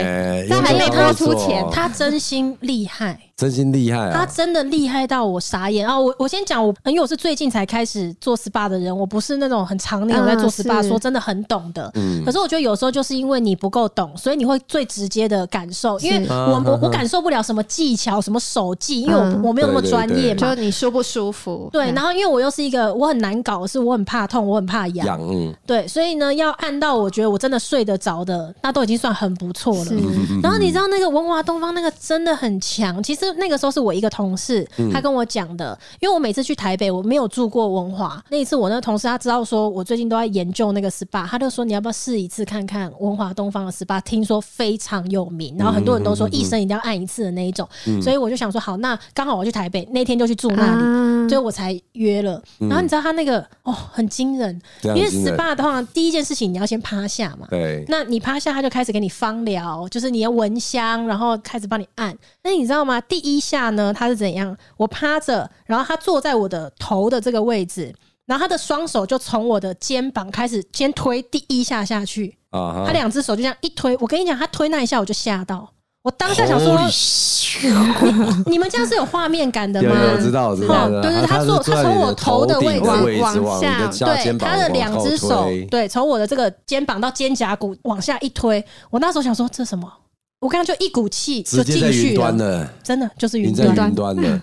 [SPEAKER 3] 约
[SPEAKER 1] 在还没播出前哦
[SPEAKER 2] 他真心厉 害，
[SPEAKER 3] 真心厉害
[SPEAKER 2] 他
[SPEAKER 3] 啊！
[SPEAKER 2] 真的厉害到我傻眼啊！我我先讲，我因为我是最近才开始做 SPA 的人，我不是那种很常年有在做
[SPEAKER 1] 嗯
[SPEAKER 2] SPA，
[SPEAKER 1] 是
[SPEAKER 2] 说真的很懂的。
[SPEAKER 3] 嗯
[SPEAKER 2] 可是我觉得有时候就是因为你不够懂，所以你会最直接的感受，因为
[SPEAKER 1] 是
[SPEAKER 2] 我我
[SPEAKER 3] 嗯
[SPEAKER 2] 我感受不了什么技巧、什么手技，因为
[SPEAKER 1] 嗯
[SPEAKER 2] 我我没有那么
[SPEAKER 3] 对对
[SPEAKER 2] 专业
[SPEAKER 3] 对
[SPEAKER 1] 就
[SPEAKER 2] 嘛。
[SPEAKER 1] 你舒不舒服？
[SPEAKER 2] 对，然后因为我又是一个我很难搞，是我很怕痛，我很怕痒，
[SPEAKER 3] 养嗯，
[SPEAKER 2] 对，所以呢，要按到我觉得我真的睡得着的，那都已经算很不错了。
[SPEAKER 1] 是
[SPEAKER 2] 嗯然后你知道那个文华东方那个真的很强，其实那个时候是我一个同事，
[SPEAKER 1] 嗯
[SPEAKER 2] 他跟我讲的，因为我每次去台北我没有住过文华，那一次我那个同事他知道说我最近都在研究那个 SPA，他就说你要不要试一次看看文华东方的 SPA，听说非常有名，
[SPEAKER 1] 嗯
[SPEAKER 2] 然后很多人都说一生一定要按一次的那一种，所以我就想说好，那刚好我去台北那天就去住那里，
[SPEAKER 3] 嗯
[SPEAKER 1] 啊
[SPEAKER 2] 所以我才约了。然后你知道他那个哦，很惊人，
[SPEAKER 3] 对
[SPEAKER 2] 因为
[SPEAKER 3] 啊很惊人
[SPEAKER 2] SPA 的话，第一件事情你要先趴下嘛。
[SPEAKER 3] 对，
[SPEAKER 2] 那你趴下，他就开始给你芳疗，就是你要闻香，然后开始帮你按。那你知道吗？第一下呢，他是怎样？我趴着，然后他坐在我的头的这个位置，然后他的双手就从我的肩膀开始先推第一下下去，
[SPEAKER 3] 啊哈
[SPEAKER 2] 他两只手就这样一推。我跟你讲，他推那一下我就吓到，我当下想说
[SPEAKER 3] Holy，shit
[SPEAKER 2] 你们这样是有画面感的
[SPEAKER 3] 有
[SPEAKER 2] 吗？
[SPEAKER 3] 有 我知道我知道，
[SPEAKER 2] 哦
[SPEAKER 3] 知道
[SPEAKER 2] 对对
[SPEAKER 3] 他
[SPEAKER 2] 他
[SPEAKER 3] 是
[SPEAKER 2] 坐
[SPEAKER 3] 坐
[SPEAKER 2] 他
[SPEAKER 3] 在
[SPEAKER 2] 从
[SPEAKER 3] 你
[SPEAKER 2] 我
[SPEAKER 3] 的
[SPEAKER 2] 头的
[SPEAKER 3] 头
[SPEAKER 2] 位
[SPEAKER 3] 顶
[SPEAKER 2] 置
[SPEAKER 3] 的位置
[SPEAKER 1] 往
[SPEAKER 3] 往你
[SPEAKER 1] 向
[SPEAKER 3] 的下肩膀
[SPEAKER 2] 他的两只
[SPEAKER 3] 往
[SPEAKER 2] 手
[SPEAKER 3] 后推，
[SPEAKER 2] 对，从我的这个肩膀到肩胛骨往下一推，我那时候想说这什么？我刚刚就一股气就
[SPEAKER 3] 直接
[SPEAKER 2] 进
[SPEAKER 3] 在云
[SPEAKER 2] 去
[SPEAKER 3] 端
[SPEAKER 2] 了，
[SPEAKER 3] 了，
[SPEAKER 2] 真的就是
[SPEAKER 3] 你
[SPEAKER 2] 云
[SPEAKER 3] 在
[SPEAKER 2] 端。
[SPEAKER 3] 云端 了，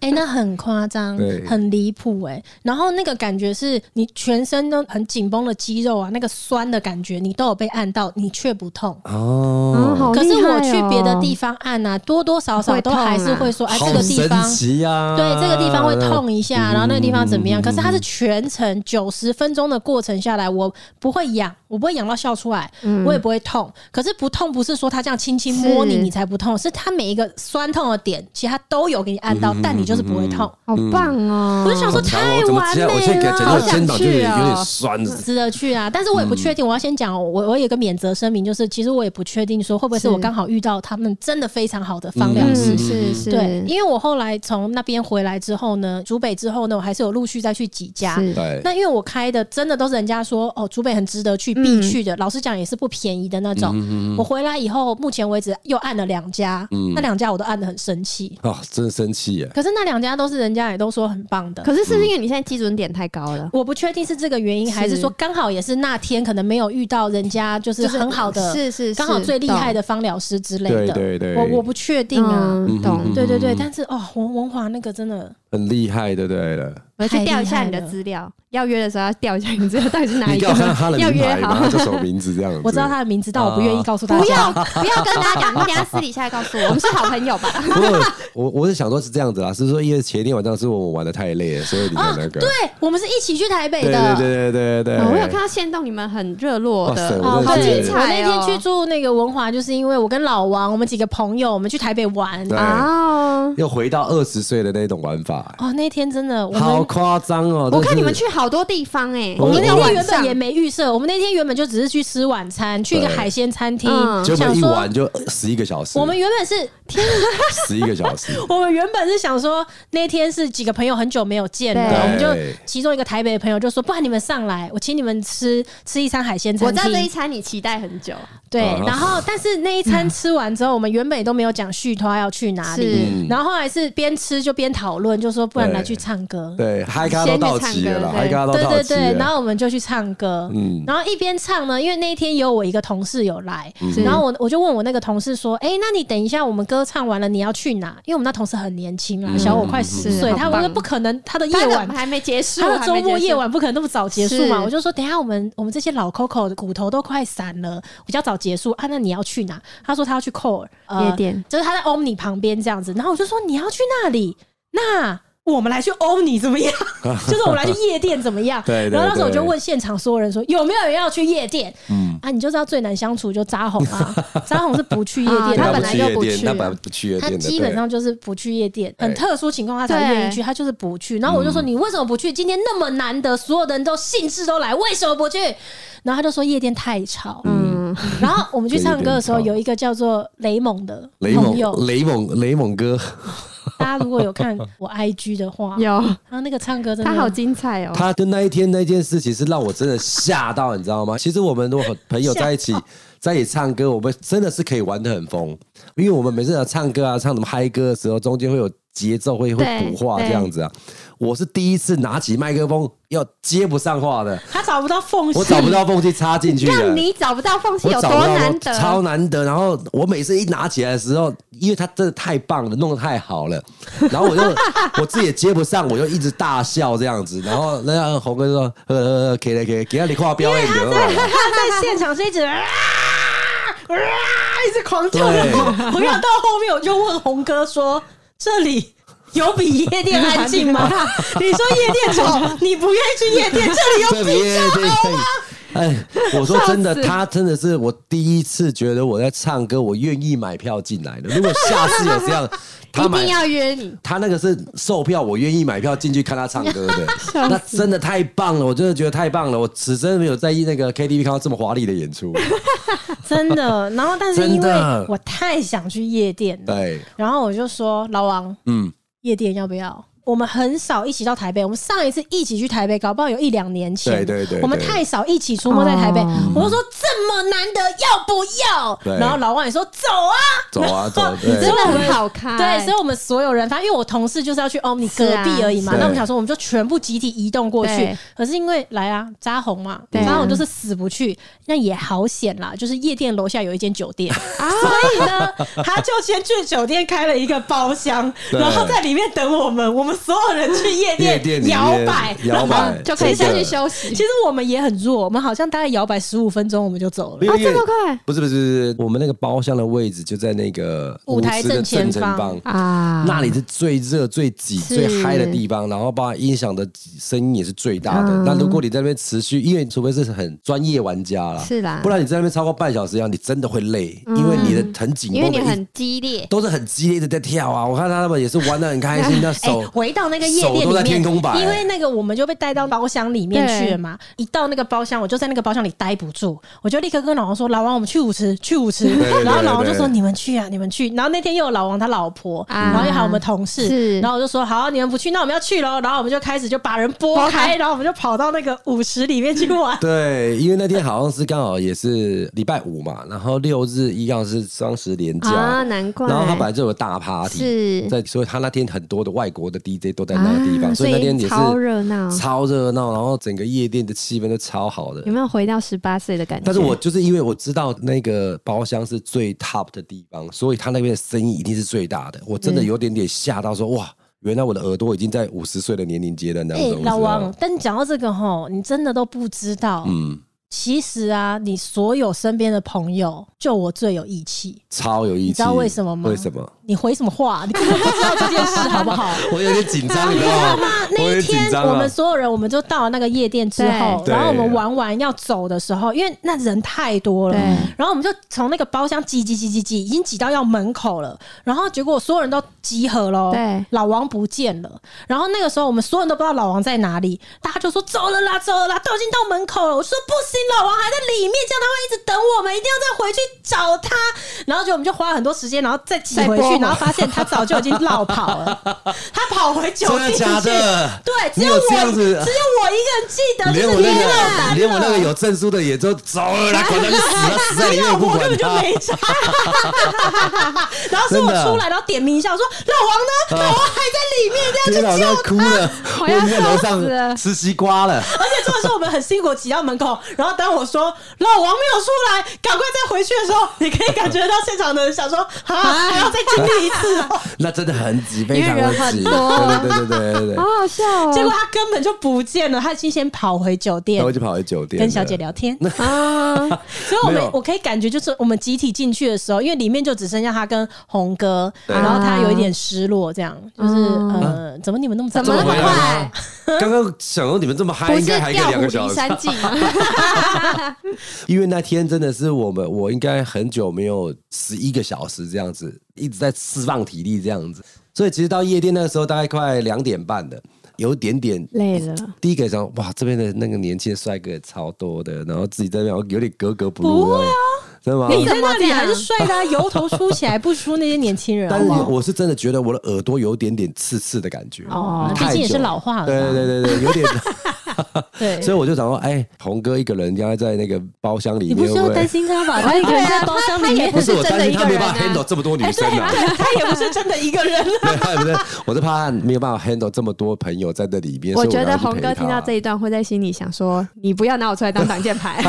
[SPEAKER 2] 哎、那很夸张
[SPEAKER 3] 对，
[SPEAKER 2] 很离谱哎。然后那个感觉是你全身都很紧绷的肌肉啊，那个酸的感觉你都有被按到，你却不痛。
[SPEAKER 1] 啊
[SPEAKER 3] 哦，
[SPEAKER 1] 好
[SPEAKER 2] 可是
[SPEAKER 1] 厉害
[SPEAKER 2] 我去别的
[SPEAKER 1] 哦
[SPEAKER 2] 地方按啊，多多少少
[SPEAKER 1] 会
[SPEAKER 2] 都
[SPEAKER 1] 痛
[SPEAKER 2] 还是
[SPEAKER 1] 啊
[SPEAKER 2] 会说，哎、这
[SPEAKER 3] 好
[SPEAKER 2] 个地
[SPEAKER 3] 神
[SPEAKER 2] 方
[SPEAKER 3] 奇呀！
[SPEAKER 2] 对，这个地方会痛一下，
[SPEAKER 3] 嗯
[SPEAKER 2] 然后那个地方怎么样？
[SPEAKER 3] 嗯
[SPEAKER 2] 可是它是全程九十分钟的过程下来，我不会痒，我不会痒到笑出来，
[SPEAKER 3] 嗯
[SPEAKER 2] 我也不会痛。可是不痛不是说它这样轻轻摸你
[SPEAKER 1] 是
[SPEAKER 2] 你才不痛，是它每一个酸痛的点，其实它都有给你
[SPEAKER 3] 嗯
[SPEAKER 2] 按到，但你就是不会痛。
[SPEAKER 1] 好棒哦！
[SPEAKER 2] 我就想说
[SPEAKER 3] 好
[SPEAKER 2] 太
[SPEAKER 3] 我怎么
[SPEAKER 2] 完
[SPEAKER 3] 现在我现
[SPEAKER 2] 美
[SPEAKER 3] 在感觉
[SPEAKER 2] 了
[SPEAKER 3] 到。肩膀就有点
[SPEAKER 1] 好
[SPEAKER 2] 啊
[SPEAKER 1] 想去哦
[SPEAKER 3] 有点酸，
[SPEAKER 2] 值得去啊，但是我也不确定。我要先讲哦，我我有一个免责声明，就是其实我也不确定说会不会是
[SPEAKER 1] 是
[SPEAKER 2] 我刚好遇到他们真的非常好的芳疗
[SPEAKER 1] 嗯
[SPEAKER 2] 师，
[SPEAKER 1] 是是，
[SPEAKER 2] 对，因为我后来从那边回来之后呢，竹北之后呢，我还是有陆续再去几家。
[SPEAKER 1] 是
[SPEAKER 3] 对，
[SPEAKER 2] 那因为我开的真的都是人家说哦，竹北很值得去必去的，老实讲也是不便宜的那
[SPEAKER 3] 嗯
[SPEAKER 2] 种。我回来以后，目前为止又按了两家，
[SPEAKER 3] 嗯
[SPEAKER 2] 那两家我都按的很生气。
[SPEAKER 3] 啊，真的生气耶！
[SPEAKER 2] 可是那两家都是人家也都说很棒的，
[SPEAKER 1] 可是是
[SPEAKER 3] 嗯
[SPEAKER 1] 不是因为你现在基准点太高了？
[SPEAKER 2] 我不确定是这个原因，还是
[SPEAKER 1] 是
[SPEAKER 2] 说刚好也是那天可能没有遇到人家就是
[SPEAKER 1] 就是
[SPEAKER 2] 很好的，
[SPEAKER 1] 是是是
[SPEAKER 2] 刚好最厉害的芳疗师之类的。
[SPEAKER 3] 对对对
[SPEAKER 2] 我我不确定啊。
[SPEAKER 1] 嗯，懂。
[SPEAKER 2] 对对对，但是哦，文文华那个真的
[SPEAKER 3] 很厉害，对不对了？
[SPEAKER 1] 我要去调一下你
[SPEAKER 2] 太厉
[SPEAKER 1] 的
[SPEAKER 2] 害了
[SPEAKER 1] 资料，要约的时候要调一下你资料到底是哪
[SPEAKER 3] 你
[SPEAKER 1] 一个
[SPEAKER 3] 要看他的，
[SPEAKER 1] 要
[SPEAKER 3] 名
[SPEAKER 1] 约
[SPEAKER 3] 牌
[SPEAKER 1] 好
[SPEAKER 3] 嘛，。他叫什么名字这样子？
[SPEAKER 2] 我知道他的名字，但我不愿意告诉大
[SPEAKER 1] 不
[SPEAKER 2] 家。
[SPEAKER 1] 要不要跟大家讲，你 等一下私底下告诉我，我们是好朋友 吧？
[SPEAKER 3] 不过我我是想说，是这样子啦，是说因为前一天晚上是我们玩的太累了，所以你的那个，
[SPEAKER 2] 对，我们是一起去台北
[SPEAKER 3] 对
[SPEAKER 2] 的。
[SPEAKER 3] 对对对对对，
[SPEAKER 1] 哦我有看到线动，你们很热络的，
[SPEAKER 3] 哇塞我真的
[SPEAKER 1] 好
[SPEAKER 3] 是
[SPEAKER 1] 精
[SPEAKER 2] 我
[SPEAKER 1] 彩
[SPEAKER 2] 那
[SPEAKER 1] 哦！
[SPEAKER 2] 天去住那个文华，就是因为我跟老王，我们几个朋友，我们去台北玩。
[SPEAKER 3] 对
[SPEAKER 1] 啊，
[SPEAKER 3] 又回到二十岁的那种玩法，
[SPEAKER 2] 哦，那天真的，我
[SPEAKER 3] 好
[SPEAKER 2] 们
[SPEAKER 3] 夸张哦！
[SPEAKER 1] 我看你们
[SPEAKER 3] 去
[SPEAKER 1] 去好多地方哎，
[SPEAKER 3] 我
[SPEAKER 2] 我们
[SPEAKER 1] 一
[SPEAKER 2] 那
[SPEAKER 1] 个
[SPEAKER 2] 天
[SPEAKER 1] 晚
[SPEAKER 2] 原本
[SPEAKER 1] 上
[SPEAKER 2] 也没预设，我们那天原本就只是去吃晚餐，去一个
[SPEAKER 3] 对
[SPEAKER 2] 海鲜餐厅
[SPEAKER 1] 嗯，
[SPEAKER 3] 结果
[SPEAKER 2] 想
[SPEAKER 3] 一
[SPEAKER 2] 说
[SPEAKER 3] 玩就十一个小时，
[SPEAKER 2] 我们原本是
[SPEAKER 3] 十一个小时，
[SPEAKER 2] 我们原本是想说那天是几个朋友很久没有见了，
[SPEAKER 1] 对
[SPEAKER 2] 我们就
[SPEAKER 3] 对
[SPEAKER 2] 其中一个台北的朋友就说，不然你们上来，我请你们吃吃一餐海鲜
[SPEAKER 1] 我
[SPEAKER 2] 餐
[SPEAKER 1] 知道这一
[SPEAKER 2] 厅。
[SPEAKER 1] 餐你期待很久，
[SPEAKER 2] 对，
[SPEAKER 3] 啊
[SPEAKER 2] 然后但是那一餐吃完之后，我们原本也都没有讲续托要去哪里，
[SPEAKER 3] 嗯
[SPEAKER 1] 是
[SPEAKER 2] 然后后来是边吃就边讨论，就就说不然
[SPEAKER 3] 对
[SPEAKER 2] 来去唱歌，
[SPEAKER 3] 对，嗨咖都到齐了啦，嗨
[SPEAKER 1] 先去
[SPEAKER 3] 咖
[SPEAKER 1] 唱
[SPEAKER 3] 都啊
[SPEAKER 2] 对
[SPEAKER 3] 到
[SPEAKER 2] 对
[SPEAKER 3] 齐
[SPEAKER 2] 对，然
[SPEAKER 3] 了。
[SPEAKER 2] 后我们就去唱歌，
[SPEAKER 3] 嗯
[SPEAKER 2] 然后一边唱呢，因为那一天有我一个同事有来，
[SPEAKER 3] 嗯
[SPEAKER 1] 是
[SPEAKER 2] 然后我我就问我那个同事说，哎，那你等一下我们歌唱完了你要去哪？因为我们那同事很年轻啦，
[SPEAKER 3] 嗯
[SPEAKER 2] 小我快十
[SPEAKER 1] 是
[SPEAKER 2] 岁，他
[SPEAKER 1] 好
[SPEAKER 2] 我
[SPEAKER 1] 棒
[SPEAKER 2] 说不可能，他的
[SPEAKER 1] 他
[SPEAKER 2] 夜
[SPEAKER 1] 的
[SPEAKER 2] 晚
[SPEAKER 1] 还没结束，
[SPEAKER 2] 他的周
[SPEAKER 1] 还没
[SPEAKER 2] 末
[SPEAKER 1] 结束
[SPEAKER 2] 夜晚不可能那么早结束嘛，
[SPEAKER 1] 是
[SPEAKER 2] 我就说等一下我们我们这些老 Coco 的骨头都快散了，比较早结束啊。那你要去哪？他说他要去寇尔、
[SPEAKER 1] 夜店，
[SPEAKER 2] 就是他在 Omni 旁边这样子。然后我就说你要去那里，那我们来去 Omni 怎 么样？就是我们来去夜店怎么样？
[SPEAKER 3] 对对
[SPEAKER 2] 然后那时候我就
[SPEAKER 3] 对
[SPEAKER 2] 问现场所有人说有没有人要去夜店？
[SPEAKER 3] 嗯，
[SPEAKER 2] 啊，你就知道最难相处就扎红 啊，扎红是不去夜店
[SPEAKER 1] 啊
[SPEAKER 2] 的，
[SPEAKER 3] 对
[SPEAKER 1] 他
[SPEAKER 3] 他
[SPEAKER 1] 本
[SPEAKER 3] 不
[SPEAKER 1] 来
[SPEAKER 3] 去
[SPEAKER 1] 就
[SPEAKER 3] 夜
[SPEAKER 1] 不
[SPEAKER 3] 店，
[SPEAKER 1] 去
[SPEAKER 3] 他本来不去夜
[SPEAKER 2] 他
[SPEAKER 3] 店的，
[SPEAKER 2] 基本
[SPEAKER 3] 对哎
[SPEAKER 2] 上就是不去夜店，很
[SPEAKER 3] 对
[SPEAKER 2] 特殊情况他才愿意去，
[SPEAKER 1] 对
[SPEAKER 2] 他就是不去。然后我
[SPEAKER 3] 嗯
[SPEAKER 2] 就说你为什么不去？今天那么难得，所有的人都兴致都来，为什么不去？然后他就说夜店太吵。
[SPEAKER 1] 嗯，
[SPEAKER 2] 然后我们去唱歌的时候，
[SPEAKER 3] 对夜店
[SPEAKER 2] 有一个叫做雷蒙的
[SPEAKER 3] 雷
[SPEAKER 2] 朋友，
[SPEAKER 3] 蒙雷蒙雷蒙哥，
[SPEAKER 2] 大家如果有看我 IG 的话，
[SPEAKER 1] 有
[SPEAKER 2] 他那个唱歌真的
[SPEAKER 1] 他好精彩哦，
[SPEAKER 3] 他的那一天那件事情是让我真的吓到，你知道吗？其实我们如果朋友在一起，在一起唱歌，我们真的是可以玩的很疯，因为我们每次要唱歌啊，唱什么嗨歌的时候，中间会有节奏，会会
[SPEAKER 1] 对
[SPEAKER 3] 补话这样子啊。我是第一次拿起麦克风要接不上话的，
[SPEAKER 2] 他找不到缝隙，
[SPEAKER 3] 我找不到缝隙插进去的。啊
[SPEAKER 1] 让你找不到缝隙
[SPEAKER 3] 我
[SPEAKER 1] 有
[SPEAKER 3] 找
[SPEAKER 1] 多
[SPEAKER 3] 不到
[SPEAKER 1] 难
[SPEAKER 3] 我
[SPEAKER 1] 得，
[SPEAKER 3] 超难得。然后我每次一拿起来的时候，因为它真的太棒了，弄得太好了，然后 我就我自己也接不上，我就一直大笑这样子。然后那样红哥就说：“呃呃，可以了，可以，给他你画表演的。”
[SPEAKER 2] 他在 现场是 一直啊啊一直狂叫，
[SPEAKER 3] 对
[SPEAKER 2] 然后我要到后面我就问红哥说：“这里有比夜店安静 吗？”你说夜店吵，你不愿意去夜店，这里有
[SPEAKER 3] 哦这
[SPEAKER 2] 比
[SPEAKER 3] 里也可以。哎，我说真的，
[SPEAKER 1] 笑死
[SPEAKER 3] 他真的是我第一次觉得我在唱歌，我愿意买票进来的。如果下次有 这样，他
[SPEAKER 1] 一
[SPEAKER 3] 买
[SPEAKER 1] 定要约你，
[SPEAKER 3] 他那个是售票，我愿意买票进去看他唱歌的，那真的太棒了，我真的觉得太棒了，我此生没有在那个 KTV 看到这么华丽的演出。
[SPEAKER 2] 真的。然后，但是因为
[SPEAKER 3] 真的
[SPEAKER 2] 我太想去夜店了，
[SPEAKER 3] 对，
[SPEAKER 2] 然后我就说：“老王，
[SPEAKER 3] 嗯，
[SPEAKER 2] 夜店要不要？”我们很少一起到台北，我们上一次一起去台北，搞不好有一两年前。
[SPEAKER 3] 对对对对
[SPEAKER 2] 我们太少一起出没在台北。
[SPEAKER 1] 哦
[SPEAKER 2] 我就说这么难得，要不
[SPEAKER 3] 对
[SPEAKER 2] 要？然后老王也说走啊，
[SPEAKER 3] 走啊走，
[SPEAKER 1] 真
[SPEAKER 3] 对
[SPEAKER 1] 的很好看，
[SPEAKER 2] 对，所以我们所有人，反正因为我同事就是要去 Omni
[SPEAKER 1] 是
[SPEAKER 2] 隔
[SPEAKER 1] 啊
[SPEAKER 2] 壁而已嘛，
[SPEAKER 3] 是
[SPEAKER 2] 那我们想说我们就全部集体移动过去
[SPEAKER 1] 对。
[SPEAKER 2] 可是因为来啊，扎红嘛，
[SPEAKER 1] 对啊
[SPEAKER 2] 扎红就是死不去，那也好险啦，就是夜店楼下有一间酒店，
[SPEAKER 1] 啊，
[SPEAKER 2] 所以呢，他就先去酒店开了一个包厢，
[SPEAKER 3] 对
[SPEAKER 2] 然后在里面等我们，我们所有人去夜
[SPEAKER 3] 夜店里面
[SPEAKER 2] 摇摆。
[SPEAKER 3] 摇摆
[SPEAKER 1] 就可以先去
[SPEAKER 3] 息。
[SPEAKER 1] 休息
[SPEAKER 2] 其，实我们也很弱，我们好像大概摇摆十五分钟我们就走了。
[SPEAKER 3] 因
[SPEAKER 1] 啊，
[SPEAKER 3] 为
[SPEAKER 1] 这么快
[SPEAKER 3] 不是不是不是，我们那个包厢的位置就在那个
[SPEAKER 2] 舞台
[SPEAKER 3] 舞池的
[SPEAKER 2] 正前
[SPEAKER 3] 正前
[SPEAKER 2] 方
[SPEAKER 3] 方。
[SPEAKER 1] 啊，
[SPEAKER 3] 那里是最热、最挤、
[SPEAKER 1] 是
[SPEAKER 3] 最嗨的地方，然后包括音响的声音也是最大的。
[SPEAKER 1] 嗯
[SPEAKER 3] 那如果你在那边持续，因为除非是很专业玩家啦，
[SPEAKER 1] 是啦
[SPEAKER 3] 不然你在那边超过半小时一样，你真的会累，因为你的很紧
[SPEAKER 1] 因为
[SPEAKER 3] 绷的
[SPEAKER 1] 你
[SPEAKER 3] 一，
[SPEAKER 1] 很激烈，
[SPEAKER 3] 都是很激烈的在跳啊。我看他们也是玩的 很开心，那
[SPEAKER 2] 哎、
[SPEAKER 3] 手
[SPEAKER 2] 回到那个夜店
[SPEAKER 3] 手都在
[SPEAKER 2] 里
[SPEAKER 3] 天
[SPEAKER 2] 面，
[SPEAKER 3] 空摆
[SPEAKER 2] 因为那个我们就被带到包厢里面去了嘛。一到那个包厢，我就在那个包厢里待不住，我就立刻跟老王说：“老王，我们去舞 池，去舞池。
[SPEAKER 3] 对对
[SPEAKER 2] 然后老王就说：“
[SPEAKER 3] 对。
[SPEAKER 2] 你们去啊，你们去。”然后那天又有老王他老婆，
[SPEAKER 1] 啊
[SPEAKER 2] 然后又还有我们同事，
[SPEAKER 1] 是
[SPEAKER 2] 然后我就说：“好，啊你们不去，那我们要去喽。”然后我们就开始就把人拨
[SPEAKER 1] 拨
[SPEAKER 2] 开，
[SPEAKER 1] 开
[SPEAKER 2] 然后我们就跑到那个舞池里面去玩
[SPEAKER 3] 对，因为那天好像是刚好也是礼拜五嘛，然后六日一样是双十连假。
[SPEAKER 1] 啊，难怪，
[SPEAKER 3] 然后他本来就有大 party，
[SPEAKER 1] 是
[SPEAKER 3] 在，所以他那天很多的外国的 DJ 都在那个地方，
[SPEAKER 1] 啊
[SPEAKER 3] 所以那天也
[SPEAKER 1] 所以
[SPEAKER 3] 是
[SPEAKER 1] 超热闹
[SPEAKER 3] 超热闹，然后整个夜店的气氛都超好的
[SPEAKER 1] 有。没有回到十八岁的感觉？
[SPEAKER 3] 但是我就是因为我知道那个包厢是最 top 的地方，所以他那边的声音一定是最大的。我真的有点点吓到说，哇，原来我的耳朵已经在五十岁的年龄阶段当
[SPEAKER 2] 哎、
[SPEAKER 3] 中。你知
[SPEAKER 2] 老
[SPEAKER 3] 道吗
[SPEAKER 2] 王，但你讲到这个吼，你真的都不知道。
[SPEAKER 3] 嗯，
[SPEAKER 2] 其实啊，你所有身边的朋友，就我最有义气。
[SPEAKER 3] 超有意思。
[SPEAKER 2] 你知道为什么吗
[SPEAKER 3] 为什么？
[SPEAKER 2] 你回什么话？你根本不知道这件事，好不好？
[SPEAKER 3] 我有点紧张，你知道吗？我
[SPEAKER 2] 那
[SPEAKER 3] 有
[SPEAKER 2] 一
[SPEAKER 3] 点紧
[SPEAKER 2] 天，
[SPEAKER 3] 张
[SPEAKER 2] 我们
[SPEAKER 3] 啊。
[SPEAKER 2] 所有人，我们就到了那个夜店之后，
[SPEAKER 3] 对
[SPEAKER 2] 然后我们
[SPEAKER 3] 对
[SPEAKER 2] 玩完要走的时候，因为那人太多了
[SPEAKER 1] 对，
[SPEAKER 2] 然后我们就从那个包厢挤挤挤挤挤，已经挤到要门口了。然后结果所有人都集合喽，
[SPEAKER 1] 对
[SPEAKER 2] 老王不见了。然后那个时候，我们所有人都不知道老王在哪里，大家就说走了啦，走了啦，都已经到门口了。我说不行，老王还在里面，这样他会一直等我们，一定要再回去找他。然后就我们就花了很多时间，然后再挤回
[SPEAKER 1] 再拨
[SPEAKER 2] 去，
[SPEAKER 1] 嘛
[SPEAKER 2] 然后发现他早就已经落跑了，他跑回酒
[SPEAKER 3] 真
[SPEAKER 2] 店
[SPEAKER 3] 的
[SPEAKER 2] 去。
[SPEAKER 3] 假的？
[SPEAKER 2] 对，只
[SPEAKER 3] 你
[SPEAKER 2] 有我
[SPEAKER 3] 这样
[SPEAKER 2] 只有
[SPEAKER 3] 子，
[SPEAKER 2] 我一个人记得，
[SPEAKER 3] 连
[SPEAKER 2] 就
[SPEAKER 3] 我
[SPEAKER 2] 是
[SPEAKER 3] 那
[SPEAKER 2] 天
[SPEAKER 3] 个
[SPEAKER 2] 哪
[SPEAKER 3] 连我那个有证书的也就走了啦，管他去死了，死在里面也不
[SPEAKER 2] 哎我根
[SPEAKER 3] 管
[SPEAKER 2] 本就
[SPEAKER 3] 他。
[SPEAKER 2] 没查， 然后是我出来，然后点名一下，我说老王呢？老王还在里面，这
[SPEAKER 3] 天
[SPEAKER 2] 样
[SPEAKER 3] 哪，我
[SPEAKER 2] 就
[SPEAKER 3] 要
[SPEAKER 2] 救
[SPEAKER 3] 哭了，我已经在楼
[SPEAKER 1] 我要笑死
[SPEAKER 3] 上
[SPEAKER 1] 了
[SPEAKER 3] 吃西瓜了。
[SPEAKER 2] 而且真的是我们很辛苦挤到门口，然后当我说老王没有出来，赶快再回去的时候，你可以感觉到现场的人想说啊，还要再经历一 次、哦。
[SPEAKER 3] 那真的很挤，非常的挤，
[SPEAKER 1] 因为人很多
[SPEAKER 3] 对对对对对对
[SPEAKER 1] 好
[SPEAKER 3] 对，
[SPEAKER 1] 好笑哦。
[SPEAKER 2] 结果他根本就不见了，他已经先跑回酒店
[SPEAKER 3] 然后。就跑回酒店
[SPEAKER 2] 跟小姐
[SPEAKER 3] 了。
[SPEAKER 2] 聊 天，
[SPEAKER 1] 啊，
[SPEAKER 2] 所以我
[SPEAKER 3] 没有
[SPEAKER 2] 们我可以感觉就是我们集体进去的时候，因为里面就只剩下他跟红哥，
[SPEAKER 3] 对
[SPEAKER 2] 然后他有一点失落，这样就是呃，怎么你们那么早
[SPEAKER 1] 啊怎么那么
[SPEAKER 3] 这么回来
[SPEAKER 1] 快
[SPEAKER 3] 吗？刚刚想说你们这么嗨，
[SPEAKER 1] 不
[SPEAKER 3] 应
[SPEAKER 1] 是
[SPEAKER 3] 该还可以
[SPEAKER 1] 调
[SPEAKER 3] 两
[SPEAKER 1] 虎
[SPEAKER 3] 个小
[SPEAKER 1] 离
[SPEAKER 3] 时。
[SPEAKER 1] 山计吗？
[SPEAKER 3] 因为那天真的是我们，我应该很久没有十一个小时这样子，一直在释放体力这样子，所以其实到夜店那个时候大概快两点半了，有一点点
[SPEAKER 2] 嗯
[SPEAKER 1] 累了，
[SPEAKER 3] 第一个想哇，这边的那个年轻的帅哥也超多的，然后自己在那边有点格格不入。
[SPEAKER 2] 不会
[SPEAKER 3] 啊，真的吗？
[SPEAKER 2] 你在那
[SPEAKER 1] 怎么这
[SPEAKER 2] 里
[SPEAKER 1] 样
[SPEAKER 2] 还是帅的、啊，油头梳起来不输那些年轻人，
[SPEAKER 3] 但
[SPEAKER 2] 好
[SPEAKER 3] 是
[SPEAKER 2] 不好？
[SPEAKER 3] 我是真的觉得我的耳朵有点点刺刺的感觉
[SPEAKER 1] 哦
[SPEAKER 3] 太
[SPEAKER 2] 毕竟也
[SPEAKER 3] 久
[SPEAKER 2] 是老啊化了
[SPEAKER 3] 对
[SPEAKER 2] 吧
[SPEAKER 3] 对对对，有点。
[SPEAKER 2] 对
[SPEAKER 3] 所以我就想说，哎，红哥一个人应该在那个包厢里
[SPEAKER 2] 你
[SPEAKER 3] 面，
[SPEAKER 2] 不需
[SPEAKER 3] 会
[SPEAKER 2] 要
[SPEAKER 3] 会
[SPEAKER 2] 担心他吧？他一个人在包厢里面
[SPEAKER 3] 不是我担心他没办
[SPEAKER 1] 他真
[SPEAKER 3] 法
[SPEAKER 1] 的一个人
[SPEAKER 3] handle
[SPEAKER 1] 啊哎
[SPEAKER 3] 这么多女生啊。
[SPEAKER 2] 他也不是真的一 个人。
[SPEAKER 3] 对，不是，我是怕他没有办法 handle 这么多朋友在这里面。
[SPEAKER 1] 我
[SPEAKER 3] 所以
[SPEAKER 1] 觉
[SPEAKER 3] 要
[SPEAKER 1] 得
[SPEAKER 3] 去
[SPEAKER 1] 红
[SPEAKER 3] 陪
[SPEAKER 1] 哥听到
[SPEAKER 3] 他
[SPEAKER 1] 这一段会在心里想说：“你不要拿我出来当挡箭牌。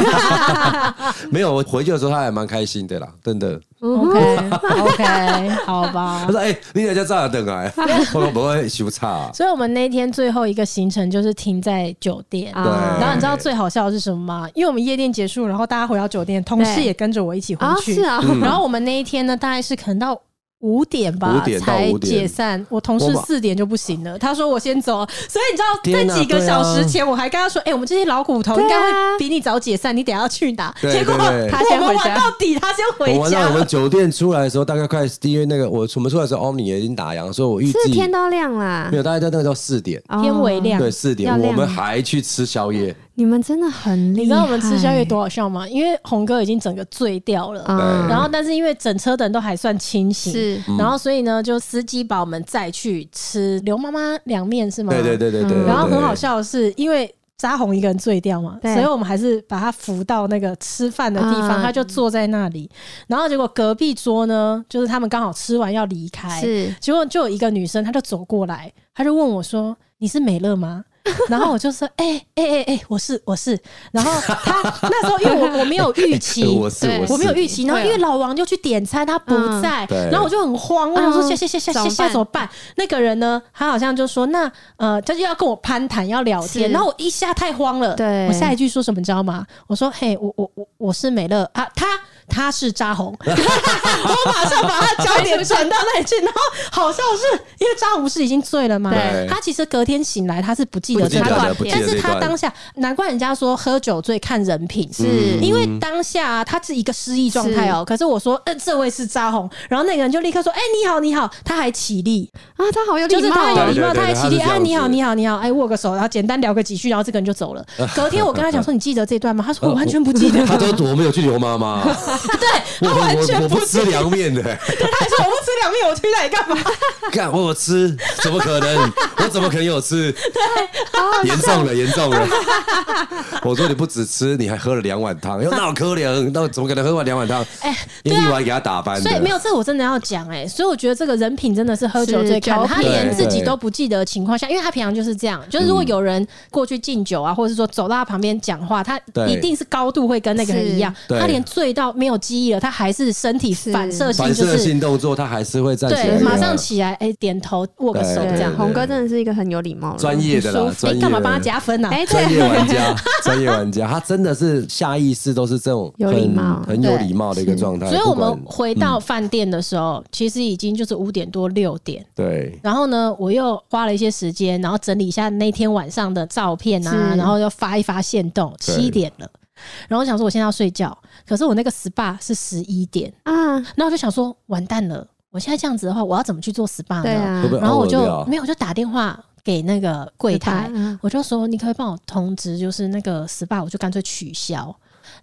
[SPEAKER 3] 没有，我回去的时候他还蛮开心的啦，真的。
[SPEAKER 1] 嗯哼
[SPEAKER 2] OK OK，好
[SPEAKER 1] 啊
[SPEAKER 2] 吧
[SPEAKER 3] 他。说：“哎、你在家照样 等啊，我说不会修差、啊。
[SPEAKER 2] 所以我们那天最后一个行程就是停在酒店。
[SPEAKER 1] 啊”
[SPEAKER 3] 对，
[SPEAKER 2] 然后你知道最好笑的是什么吗？因为我们夜店结束，然后大家回到酒店，同事
[SPEAKER 1] 对
[SPEAKER 2] 也跟着我一起回
[SPEAKER 1] 啊，
[SPEAKER 2] 去。
[SPEAKER 1] 是啊，
[SPEAKER 3] 嗯
[SPEAKER 2] 然后我们那一天呢，大概是可能到五点吧
[SPEAKER 3] 5点到
[SPEAKER 2] 才
[SPEAKER 3] 5点
[SPEAKER 2] 解散。我同事
[SPEAKER 3] 我把
[SPEAKER 2] 四点就不行了，他说我先走。所以你知道，
[SPEAKER 3] 天
[SPEAKER 2] 在
[SPEAKER 3] 哪啊
[SPEAKER 2] 几个
[SPEAKER 3] 对啊
[SPEAKER 2] 小时前我还跟他说：“哎、我们这些老骨头应该
[SPEAKER 1] 对啊
[SPEAKER 2] 会比你早解散，你等下要去哪？”
[SPEAKER 3] 对
[SPEAKER 2] 结果
[SPEAKER 3] 对对
[SPEAKER 1] 他先
[SPEAKER 2] 我们
[SPEAKER 1] 回
[SPEAKER 2] 玩
[SPEAKER 1] 家
[SPEAKER 2] 到底，他先回
[SPEAKER 3] 我玩
[SPEAKER 2] 家
[SPEAKER 3] 到我们酒店出来的时候，大概快因为那个我我们出来的时候，Omni 也已经打烊，所以我预
[SPEAKER 1] 是
[SPEAKER 3] 计
[SPEAKER 1] 天都亮啦
[SPEAKER 3] 没，有，大概在那个时候四点，
[SPEAKER 1] 哦
[SPEAKER 2] 天微亮
[SPEAKER 3] 对，四点
[SPEAKER 1] 要
[SPEAKER 3] 我
[SPEAKER 1] 亮
[SPEAKER 3] 们还去吃宵夜，
[SPEAKER 1] 你们真的很厉害。
[SPEAKER 2] 你知道我们吃宵夜多好笑吗？因为红哥已经整个醉掉了，
[SPEAKER 1] 啊？
[SPEAKER 3] 对
[SPEAKER 2] 然后但是因为整车的人都还算清醒，
[SPEAKER 1] 是
[SPEAKER 3] 嗯
[SPEAKER 2] 然后所以呢，就司机把我们载去吃刘妈妈凉面
[SPEAKER 1] 嗯
[SPEAKER 2] 是吗？
[SPEAKER 3] 对对对对对对
[SPEAKER 2] 然后很好，笑的是，因为扎红一个人醉掉嘛，
[SPEAKER 1] 对
[SPEAKER 2] 所以我们还是把他扶到那个吃饭的地方，
[SPEAKER 1] 嗯
[SPEAKER 2] 他就坐在那里。然后结果隔壁桌呢，就是他们刚好吃完要离开，
[SPEAKER 1] 是
[SPEAKER 2] 结果就有一个女生，她就走过来，她就问我说：“你是美乐吗？” 然后我就说：“哎哎哎哎，我是我是。”然后她那时候因为我我没有预期，
[SPEAKER 3] 对哎 我是
[SPEAKER 1] 对
[SPEAKER 3] 我是
[SPEAKER 2] 我没有预期，然后因为
[SPEAKER 1] 对啊
[SPEAKER 2] 老王就去点餐，他不
[SPEAKER 1] 嗯
[SPEAKER 2] 在，
[SPEAKER 3] 对
[SPEAKER 2] 然后我就很慌，我想说
[SPEAKER 1] 嗯
[SPEAKER 2] 下下下下
[SPEAKER 1] 怎
[SPEAKER 2] 下
[SPEAKER 1] 么
[SPEAKER 2] 下
[SPEAKER 1] 办
[SPEAKER 2] 怎么办？那个人呢，他好像就说那呃，他就要跟我攀谈要聊天，
[SPEAKER 1] 是
[SPEAKER 2] 然后我一下太慌了，
[SPEAKER 1] 对
[SPEAKER 2] 我下一句说什么你知道吗？我说嘿，我我我我是美乐啊，他他是扎 红，我马上把他焦点转到那里去，然后好像是因为扎红不是已经醉了吗？
[SPEAKER 1] 对
[SPEAKER 2] 他其实隔天醒来他是不记得
[SPEAKER 3] 不记
[SPEAKER 2] 这
[SPEAKER 3] 得
[SPEAKER 2] 段
[SPEAKER 3] 的不记得
[SPEAKER 2] 但是
[SPEAKER 3] 这
[SPEAKER 2] 他
[SPEAKER 3] 段
[SPEAKER 2] 当下难怪人家说喝酒醉看人品嗯
[SPEAKER 1] 是
[SPEAKER 2] 因为
[SPEAKER 3] 嗯
[SPEAKER 2] 当下、啊、他是一个失忆状态哦。可是我说，嗯、这位是扎红，然后那个人就立刻说，哎、你好，你好，他还起立，
[SPEAKER 1] 啊，他好有礼貌
[SPEAKER 2] 就是他
[SPEAKER 1] 哦，
[SPEAKER 2] 还有
[SPEAKER 3] 对
[SPEAKER 2] 礼貌，
[SPEAKER 3] 对
[SPEAKER 2] 他还
[SPEAKER 3] 对
[SPEAKER 2] 起立，
[SPEAKER 3] 他是这
[SPEAKER 2] 哎、
[SPEAKER 3] 样
[SPEAKER 2] 你好，
[SPEAKER 3] 子
[SPEAKER 2] 你好，你好，哎、握个手，然后简单聊个几句，然后这个人就 走了。隔天我跟他讲说，你记得这段吗？他说我完全不记得，
[SPEAKER 3] 他都呃我没有去刘妈 妈，
[SPEAKER 2] 对
[SPEAKER 3] 我
[SPEAKER 2] 他完
[SPEAKER 3] 我
[SPEAKER 2] 全
[SPEAKER 3] 我不
[SPEAKER 2] 记
[SPEAKER 3] 吃
[SPEAKER 2] 得，
[SPEAKER 3] 凉面的，
[SPEAKER 2] 对他还说我不吃凉面，我去那里干嘛？
[SPEAKER 3] 干我有吃，怎么可能？我怎么可能有吃？严重了，严 重了！我说你不只吃，你还喝了两碗汤，又闹可怜，那怎么可能喝完两碗汤？
[SPEAKER 2] 哎、
[SPEAKER 3] 一
[SPEAKER 2] 对啊
[SPEAKER 3] 碗给他打翻的，
[SPEAKER 2] 所以没有这我真的要讲哎、所以我觉得这个人品真的是喝酒醉看的，
[SPEAKER 1] 是酒
[SPEAKER 2] 他
[SPEAKER 1] 品
[SPEAKER 2] 连自己都不记得的情况下，因为他平常就是这样，就是如果有人过去敬酒啊，或者是说走到他旁边讲话，他
[SPEAKER 3] 对
[SPEAKER 2] 一定是高度会跟那个人一样，
[SPEAKER 3] 是对
[SPEAKER 2] 他连醉到没有记忆了，他还是身体反射性
[SPEAKER 3] 反
[SPEAKER 2] 就
[SPEAKER 3] 射
[SPEAKER 2] 是。
[SPEAKER 3] 性动作，他还是会站起来
[SPEAKER 2] 对，
[SPEAKER 3] 的，
[SPEAKER 2] 马上起来，哎、点头握个手
[SPEAKER 3] 对
[SPEAKER 2] 这
[SPEAKER 1] 对
[SPEAKER 2] 样，
[SPEAKER 1] 红哥真的是一个很有礼貌的人，
[SPEAKER 3] 专业的啦
[SPEAKER 2] 舒，服哎
[SPEAKER 3] 专业
[SPEAKER 2] 干、
[SPEAKER 3] 的
[SPEAKER 2] 嘛帮他加分呢、啊？
[SPEAKER 1] 哎，对
[SPEAKER 3] 专业玩家，专业玩家，他真的是下意识都是这种
[SPEAKER 1] 有礼
[SPEAKER 3] 很
[SPEAKER 1] 貌
[SPEAKER 3] 很有
[SPEAKER 2] 对
[SPEAKER 3] 礼貌的一个状态。
[SPEAKER 2] 所以我
[SPEAKER 3] 不管嗯
[SPEAKER 2] 们回到饭店的时候，其实已经就是五点多六点，
[SPEAKER 3] 对
[SPEAKER 2] 然后呢，我又花了一些时间，然后整理一下那天晚上的照片啊，
[SPEAKER 1] 是
[SPEAKER 2] 然后又发一发现动，
[SPEAKER 3] 对
[SPEAKER 2] 七点了。然后我想说，我现在要睡觉，可是我那个 SPA 是十一点，
[SPEAKER 1] 啊，
[SPEAKER 2] 那我就想说，完蛋了，我现在这样子的话，我要怎么去做 SPA 呢？
[SPEAKER 1] 对
[SPEAKER 3] 会不
[SPEAKER 1] 啊，
[SPEAKER 3] 会
[SPEAKER 2] 嗯然后我就
[SPEAKER 3] 熬得了
[SPEAKER 2] 没有，我就打电话给那个柜台
[SPEAKER 1] SPA，嗯，
[SPEAKER 2] 我就说你可不可以帮我通知，就是那个 SPA，我就干脆取消。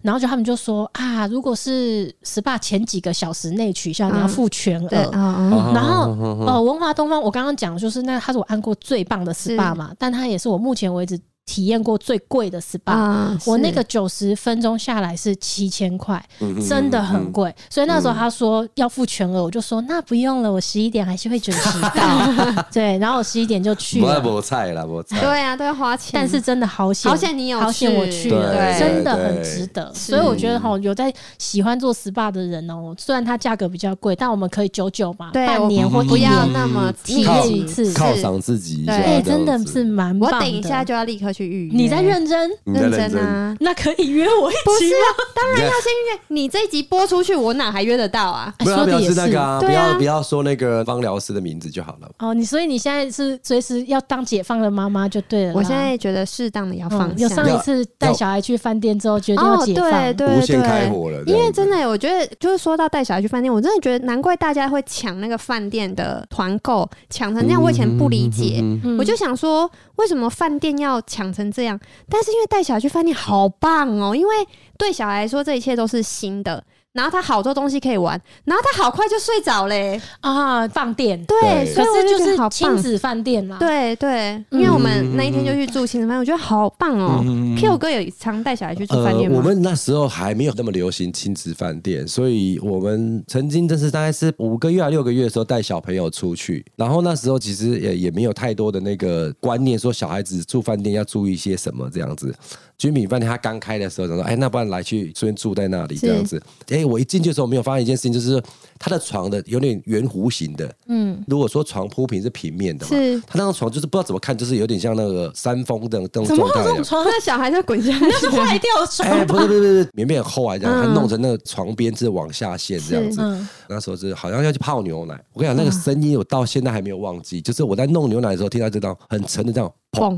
[SPEAKER 2] 然后就他们就说啊，如果是 SPA 前几个小时内取消，你要
[SPEAKER 1] 嗯
[SPEAKER 2] 付全
[SPEAKER 1] 对，
[SPEAKER 2] 额。
[SPEAKER 1] 嗯嗯，
[SPEAKER 3] 哦
[SPEAKER 2] 然后
[SPEAKER 3] 哦哦哦
[SPEAKER 2] 呃，文华东方，我刚刚讲就是那它是我按过最棒的
[SPEAKER 1] 是
[SPEAKER 2] SPA 嘛，但它也是我目前为止体验过最贵的 SPA。
[SPEAKER 1] 啊
[SPEAKER 2] 我那
[SPEAKER 1] 是
[SPEAKER 2] 个九十分钟下来是七千块，
[SPEAKER 3] 嗯嗯
[SPEAKER 2] 真的很
[SPEAKER 3] 嗯
[SPEAKER 2] 贵。所以那时候他说要付全额，我就说那不用了，我十一点还是会准时 到。对，然后我十一点就去
[SPEAKER 3] 不
[SPEAKER 2] 了，
[SPEAKER 3] 不菜啦，不菜。
[SPEAKER 1] 对啊，都要花钱，
[SPEAKER 2] 但是真的好险，
[SPEAKER 1] 好险你有
[SPEAKER 2] 好险我去了，
[SPEAKER 3] 对
[SPEAKER 2] 真的
[SPEAKER 3] 对
[SPEAKER 2] 很
[SPEAKER 3] 对
[SPEAKER 2] 值得。
[SPEAKER 1] 是
[SPEAKER 2] 所以我觉得哈，有在喜欢做 SPA 的人哦，虽然它价格比较贵，但我们可以久久嘛，
[SPEAKER 1] 对
[SPEAKER 2] 半
[SPEAKER 1] 我
[SPEAKER 2] 年或
[SPEAKER 3] 嗯
[SPEAKER 2] 一
[SPEAKER 1] 不要
[SPEAKER 2] 年，
[SPEAKER 1] 那么
[SPEAKER 2] 体
[SPEAKER 3] 靠
[SPEAKER 2] 验一次。
[SPEAKER 3] 犒赏自己一下，
[SPEAKER 1] 对
[SPEAKER 2] 哎，
[SPEAKER 3] 这
[SPEAKER 2] 真
[SPEAKER 3] 样
[SPEAKER 2] 的
[SPEAKER 3] 子
[SPEAKER 2] 是蛮
[SPEAKER 1] 我
[SPEAKER 2] 棒的。
[SPEAKER 1] 等一下就要立刻去预约。
[SPEAKER 2] 你在认真，
[SPEAKER 3] 你在
[SPEAKER 1] 认
[SPEAKER 3] 认
[SPEAKER 1] 真
[SPEAKER 3] 真。
[SPEAKER 1] 啊？
[SPEAKER 2] 那可以约我一
[SPEAKER 1] 不
[SPEAKER 2] 起
[SPEAKER 1] 是
[SPEAKER 2] 吗？
[SPEAKER 1] 啊，当然
[SPEAKER 3] 你
[SPEAKER 1] 要
[SPEAKER 3] 看
[SPEAKER 1] 先约。你这一集播出去，我哪还约得到啊？
[SPEAKER 2] 哎
[SPEAKER 3] 不要
[SPEAKER 2] 说
[SPEAKER 3] 不要
[SPEAKER 2] 的也
[SPEAKER 3] 是那
[SPEAKER 2] 是
[SPEAKER 3] 个啊，
[SPEAKER 1] 对
[SPEAKER 3] 不
[SPEAKER 1] 啊
[SPEAKER 3] 要不要说那个芳疗师的名字就好了。
[SPEAKER 2] 哦，你所以你现在是随时要当解放的妈妈就对了啦。
[SPEAKER 1] 我现在觉得适当的要放
[SPEAKER 2] 嗯，有
[SPEAKER 1] 下。
[SPEAKER 2] 上一次带小孩去饭店之后，决定要
[SPEAKER 1] 哦，
[SPEAKER 2] 解
[SPEAKER 1] 对
[SPEAKER 2] 放。
[SPEAKER 1] 对对，
[SPEAKER 3] 无限开火了这样子
[SPEAKER 1] 因为真的，我觉得就是说到带小孩去饭店，我真的觉得难怪大家会抢那个饭店的团购，抢成这样。我以前不理解，
[SPEAKER 2] 嗯
[SPEAKER 1] 我就想说，为什么饭店要抢成这样？但是因为带小孩去饭店好棒哦，因为对小孩来说，这一切都是新的。然后他好多东西可以玩，然后他好快就睡着嘞。
[SPEAKER 2] 啊，放电，
[SPEAKER 1] 对，
[SPEAKER 3] 对
[SPEAKER 1] 所
[SPEAKER 2] 可
[SPEAKER 1] 以我
[SPEAKER 2] 是
[SPEAKER 1] 就
[SPEAKER 2] 就
[SPEAKER 1] 觉得
[SPEAKER 2] 是
[SPEAKER 1] 好
[SPEAKER 2] 亲
[SPEAKER 1] 棒。
[SPEAKER 2] 子饭店啦。
[SPEAKER 1] 对对，
[SPEAKER 2] 嗯
[SPEAKER 1] 因为我们那一天就去住亲子饭店，我觉得好棒哦。
[SPEAKER 3] 嗯
[SPEAKER 1] Q 哥有常带小孩去住饭
[SPEAKER 3] 呃，
[SPEAKER 1] 店吗？
[SPEAKER 3] 我们那时候还没有那么流行亲子饭店，所以我们曾经真是大概是五个月啊六个月的时候带小朋友出去，然后那时候其实也也没有太多的那个观念，说小孩子住饭店要注意些什么这样子。君品饭店它刚开的时候，想说，哎，那不然来去顺便住在那里这样子。哎，我一进去的时候没有发现一件事情，就是它的床的有点圆弧形的，嗯，如果说床铺平是平面的嘛，
[SPEAKER 1] 是
[SPEAKER 3] 它那张床就是不知道怎么看，就是有点像那个山峰的那种
[SPEAKER 2] 怎么
[SPEAKER 3] 状
[SPEAKER 2] 会有
[SPEAKER 3] 态啊
[SPEAKER 2] 这种
[SPEAKER 3] 的。
[SPEAKER 2] 床？
[SPEAKER 1] 那小孩就滚下去，
[SPEAKER 2] 那是坏掉床
[SPEAKER 3] 哎、
[SPEAKER 2] 吧
[SPEAKER 3] 不是不是 不是，棉被很厚啊，这样，
[SPEAKER 1] 嗯
[SPEAKER 3] 还弄成那个床边是往下陷这样
[SPEAKER 1] 是嗯
[SPEAKER 3] 子。
[SPEAKER 2] 嗯
[SPEAKER 3] 那时候是好像要去泡牛奶，我跟你讲，那个声音我到现在还没有忘记，就是我在弄牛奶的时候听到这张很沉的这样砰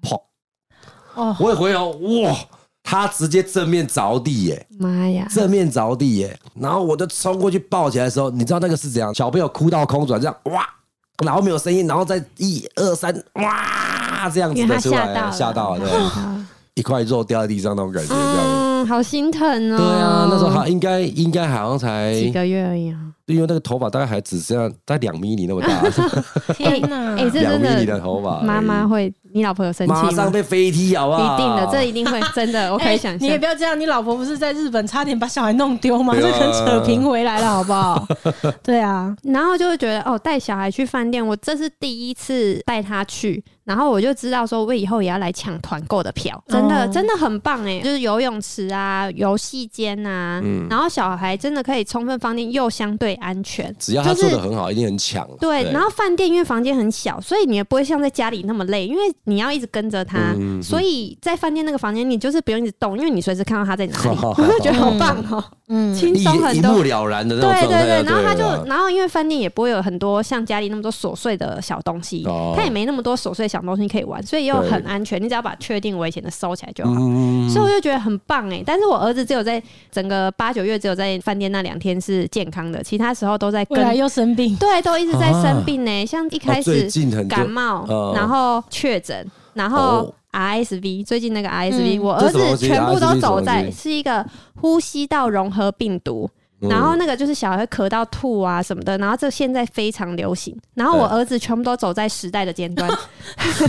[SPEAKER 1] 砰！
[SPEAKER 3] 砰，
[SPEAKER 2] 哦，
[SPEAKER 3] 我也回头哇，他直接正面着地耶、
[SPEAKER 1] 妈呀！
[SPEAKER 3] 正面着地耶、然后我就冲过去抱起来的时候，你知道那个是怎样？小朋友哭到空转，这样哇，然后没有声音，然后再一二三哇这样子
[SPEAKER 1] 因为
[SPEAKER 3] 的
[SPEAKER 1] 他
[SPEAKER 3] 出来
[SPEAKER 1] 吓到
[SPEAKER 3] 啊，吓到了，对，一块肉掉在地上那种感 觉，这样子。
[SPEAKER 1] 嗯，好心疼哦。
[SPEAKER 3] 对啊，那时候好应该应该好像才，
[SPEAKER 1] 几个月而已啊。
[SPEAKER 3] 因为那个头发大概还只剩下大概两米米那么 大，
[SPEAKER 2] 天哪！
[SPEAKER 1] 哎，这
[SPEAKER 3] 两
[SPEAKER 1] 真
[SPEAKER 3] 米米的
[SPEAKER 1] 的，
[SPEAKER 3] 头发而已，
[SPEAKER 1] 妈妈会，你老婆有生气
[SPEAKER 3] 马
[SPEAKER 1] 吗
[SPEAKER 3] 上？被啊飞踢，好不好？
[SPEAKER 1] 一定的，这一定会真 的，我可以
[SPEAKER 2] 哎
[SPEAKER 1] 想
[SPEAKER 2] 你也
[SPEAKER 1] 象
[SPEAKER 2] 不。要这样，你老婆不是在日本差点把小孩弄丢吗？
[SPEAKER 3] 对
[SPEAKER 2] 这
[SPEAKER 3] 啊
[SPEAKER 2] 可扯平回来了，好不好？ 对啊，
[SPEAKER 1] 然后就会觉得哦，带小孩去饭店，我这是第一次带他去，然后我就知道说，我以后也要来抢团购的票，真的、
[SPEAKER 2] 哦
[SPEAKER 1] 真的很棒哎，就是游泳池啊、游戏间啊，
[SPEAKER 3] 嗯
[SPEAKER 1] 然后小孩真的可以充分放电，又相对安全，
[SPEAKER 3] 只要他
[SPEAKER 1] 就是
[SPEAKER 3] 做的很好，一定很强。
[SPEAKER 1] 对，然后饭店因为房间很小，所以你也不会像在家里那么累，因为你要一直跟着他，
[SPEAKER 3] 嗯嗯嗯
[SPEAKER 1] 所以在饭店那个房间你就是不用一直动，因为你随时看到他在哪 里，我就觉得好棒哦、
[SPEAKER 2] 嗯，
[SPEAKER 1] 轻
[SPEAKER 3] 一
[SPEAKER 1] 松很
[SPEAKER 3] 一
[SPEAKER 1] 多
[SPEAKER 3] 目。了然的那
[SPEAKER 1] 对
[SPEAKER 3] 种
[SPEAKER 1] 对对，
[SPEAKER 3] 状态啊，
[SPEAKER 1] 然后他就
[SPEAKER 3] 了，
[SPEAKER 1] 然后因为饭店也不会有很多像家里那么多琐碎的小东西，
[SPEAKER 3] 哦
[SPEAKER 1] 他也没那么多琐碎小东西可以玩，所以又
[SPEAKER 3] 对
[SPEAKER 1] 很安全。你只要把确定危险的收起来就好。
[SPEAKER 3] 嗯，
[SPEAKER 1] 所以我就觉得很棒哎、但是我儿子只有在整个八九月只有在饭店那两天是健康的，其他时候都在
[SPEAKER 2] 未
[SPEAKER 1] 跟
[SPEAKER 2] 来又生病，
[SPEAKER 1] 对，都一直在生病呢、像一开
[SPEAKER 3] 哦最
[SPEAKER 1] 始
[SPEAKER 3] 近很多
[SPEAKER 1] 感冒，
[SPEAKER 3] 嗯
[SPEAKER 1] 然后确诊，然后
[SPEAKER 3] 哦
[SPEAKER 1] RSV，、最近那个 RSV，、
[SPEAKER 2] 嗯
[SPEAKER 1] 我
[SPEAKER 3] 这
[SPEAKER 1] 儿
[SPEAKER 3] 什
[SPEAKER 1] 子
[SPEAKER 3] 么东西
[SPEAKER 1] 全部都
[SPEAKER 3] RSV
[SPEAKER 1] 走在
[SPEAKER 3] 什么东西
[SPEAKER 1] 是一个呼吸道融合病毒。
[SPEAKER 3] 嗯
[SPEAKER 1] 然后那个就是小孩会咳到吐啊什么的，然后这现在非常流行。然后我
[SPEAKER 3] 对
[SPEAKER 1] 儿子全部都走在时代的尖 端，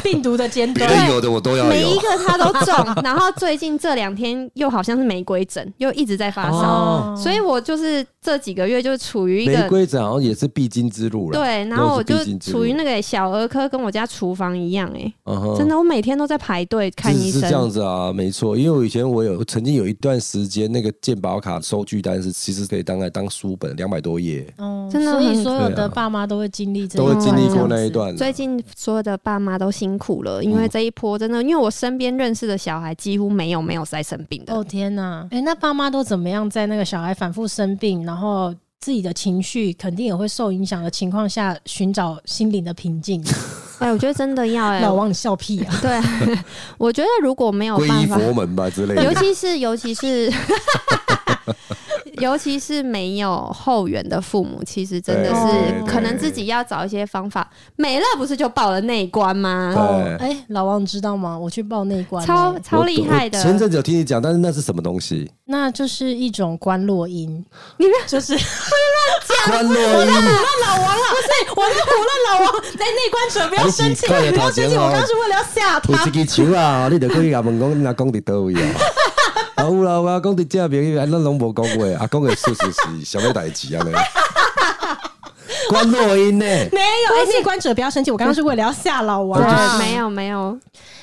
[SPEAKER 2] 病毒的尖端
[SPEAKER 1] 对。
[SPEAKER 3] 啊有的我都
[SPEAKER 1] 每一。个他都 中。然后最近这两天又好像是玫瑰疹，又一直在发烧，
[SPEAKER 3] 哦
[SPEAKER 1] 所以我就是这几个月就处于一
[SPEAKER 3] 玫
[SPEAKER 1] 个
[SPEAKER 3] 瑰疹好像也是必经之路了，
[SPEAKER 1] 对，然后我就
[SPEAKER 3] 都是必经之路
[SPEAKER 1] 处于那个小儿科跟我家厨房一样、欸，
[SPEAKER 3] 嗯哼
[SPEAKER 1] 真的，我每天都在排队看医
[SPEAKER 3] 是是这样
[SPEAKER 1] 生。
[SPEAKER 3] 子啊，没错。因为我以前我有曾经有一段时间，那个健保卡收据单是其实可以当来当书本，两百多页，
[SPEAKER 2] 哦
[SPEAKER 1] 真的
[SPEAKER 2] 所
[SPEAKER 1] 很
[SPEAKER 2] 以所有
[SPEAKER 3] 对
[SPEAKER 2] 的
[SPEAKER 3] 啊
[SPEAKER 2] 爸妈都会经历这一
[SPEAKER 3] 都
[SPEAKER 2] 段，
[SPEAKER 3] 会经历过那一段啊。
[SPEAKER 1] 最近所有的爸妈都辛苦了，因
[SPEAKER 3] 嗯
[SPEAKER 1] 为这一波真的，因为我身边认识的小孩几乎没有没有在生病的。
[SPEAKER 2] 哦天呐！哎、那爸妈都怎么样在那个小孩反复生病，然后自己的情绪肯定也会受影响的情况下，寻找心灵的平 静？
[SPEAKER 1] 哎，我觉得真的 要哎、
[SPEAKER 2] 老王，你笑屁啊！
[SPEAKER 1] 对， 我觉得如果没有
[SPEAKER 3] 皈
[SPEAKER 1] 办
[SPEAKER 3] 依
[SPEAKER 1] 法，
[SPEAKER 3] 佛门吧之类
[SPEAKER 1] 尤
[SPEAKER 3] 的。
[SPEAKER 1] 其是尤其是 尤其是没有后援的父母，其实真的
[SPEAKER 2] 对
[SPEAKER 1] 是
[SPEAKER 2] 对
[SPEAKER 1] 可能自己要找一些方法。美乐不是就报了那一关吗？
[SPEAKER 2] 哦
[SPEAKER 3] 对，
[SPEAKER 2] 哎，老王知道吗？我去报那一关欸，
[SPEAKER 1] 超超
[SPEAKER 3] 我
[SPEAKER 1] 厉害的
[SPEAKER 3] 我，前阵子有听你讲，但是那是什么东西？
[SPEAKER 2] 那就是一种关落音，
[SPEAKER 1] 你不 哦
[SPEAKER 2] 就是
[SPEAKER 3] 关落音，
[SPEAKER 2] 老王了，不是我在胡乱老王，哎，内关者不要生气，
[SPEAKER 3] 哎你快点
[SPEAKER 2] 不要生气，
[SPEAKER 3] 打电话
[SPEAKER 2] 我刚刚是为了要吓
[SPEAKER 3] 有
[SPEAKER 2] 他
[SPEAKER 3] 一。支球啊，你得过去甲问讲，你阿公伫倒位啊？啊有啦，我阿公伫这边，咱拢无讲话，阿公的事实是什么代志啊？尼关落音呢？
[SPEAKER 2] 没有，哎，内关者不要生气，我刚刚是为了要吓老王
[SPEAKER 3] 我就。
[SPEAKER 1] 哇，没有没有，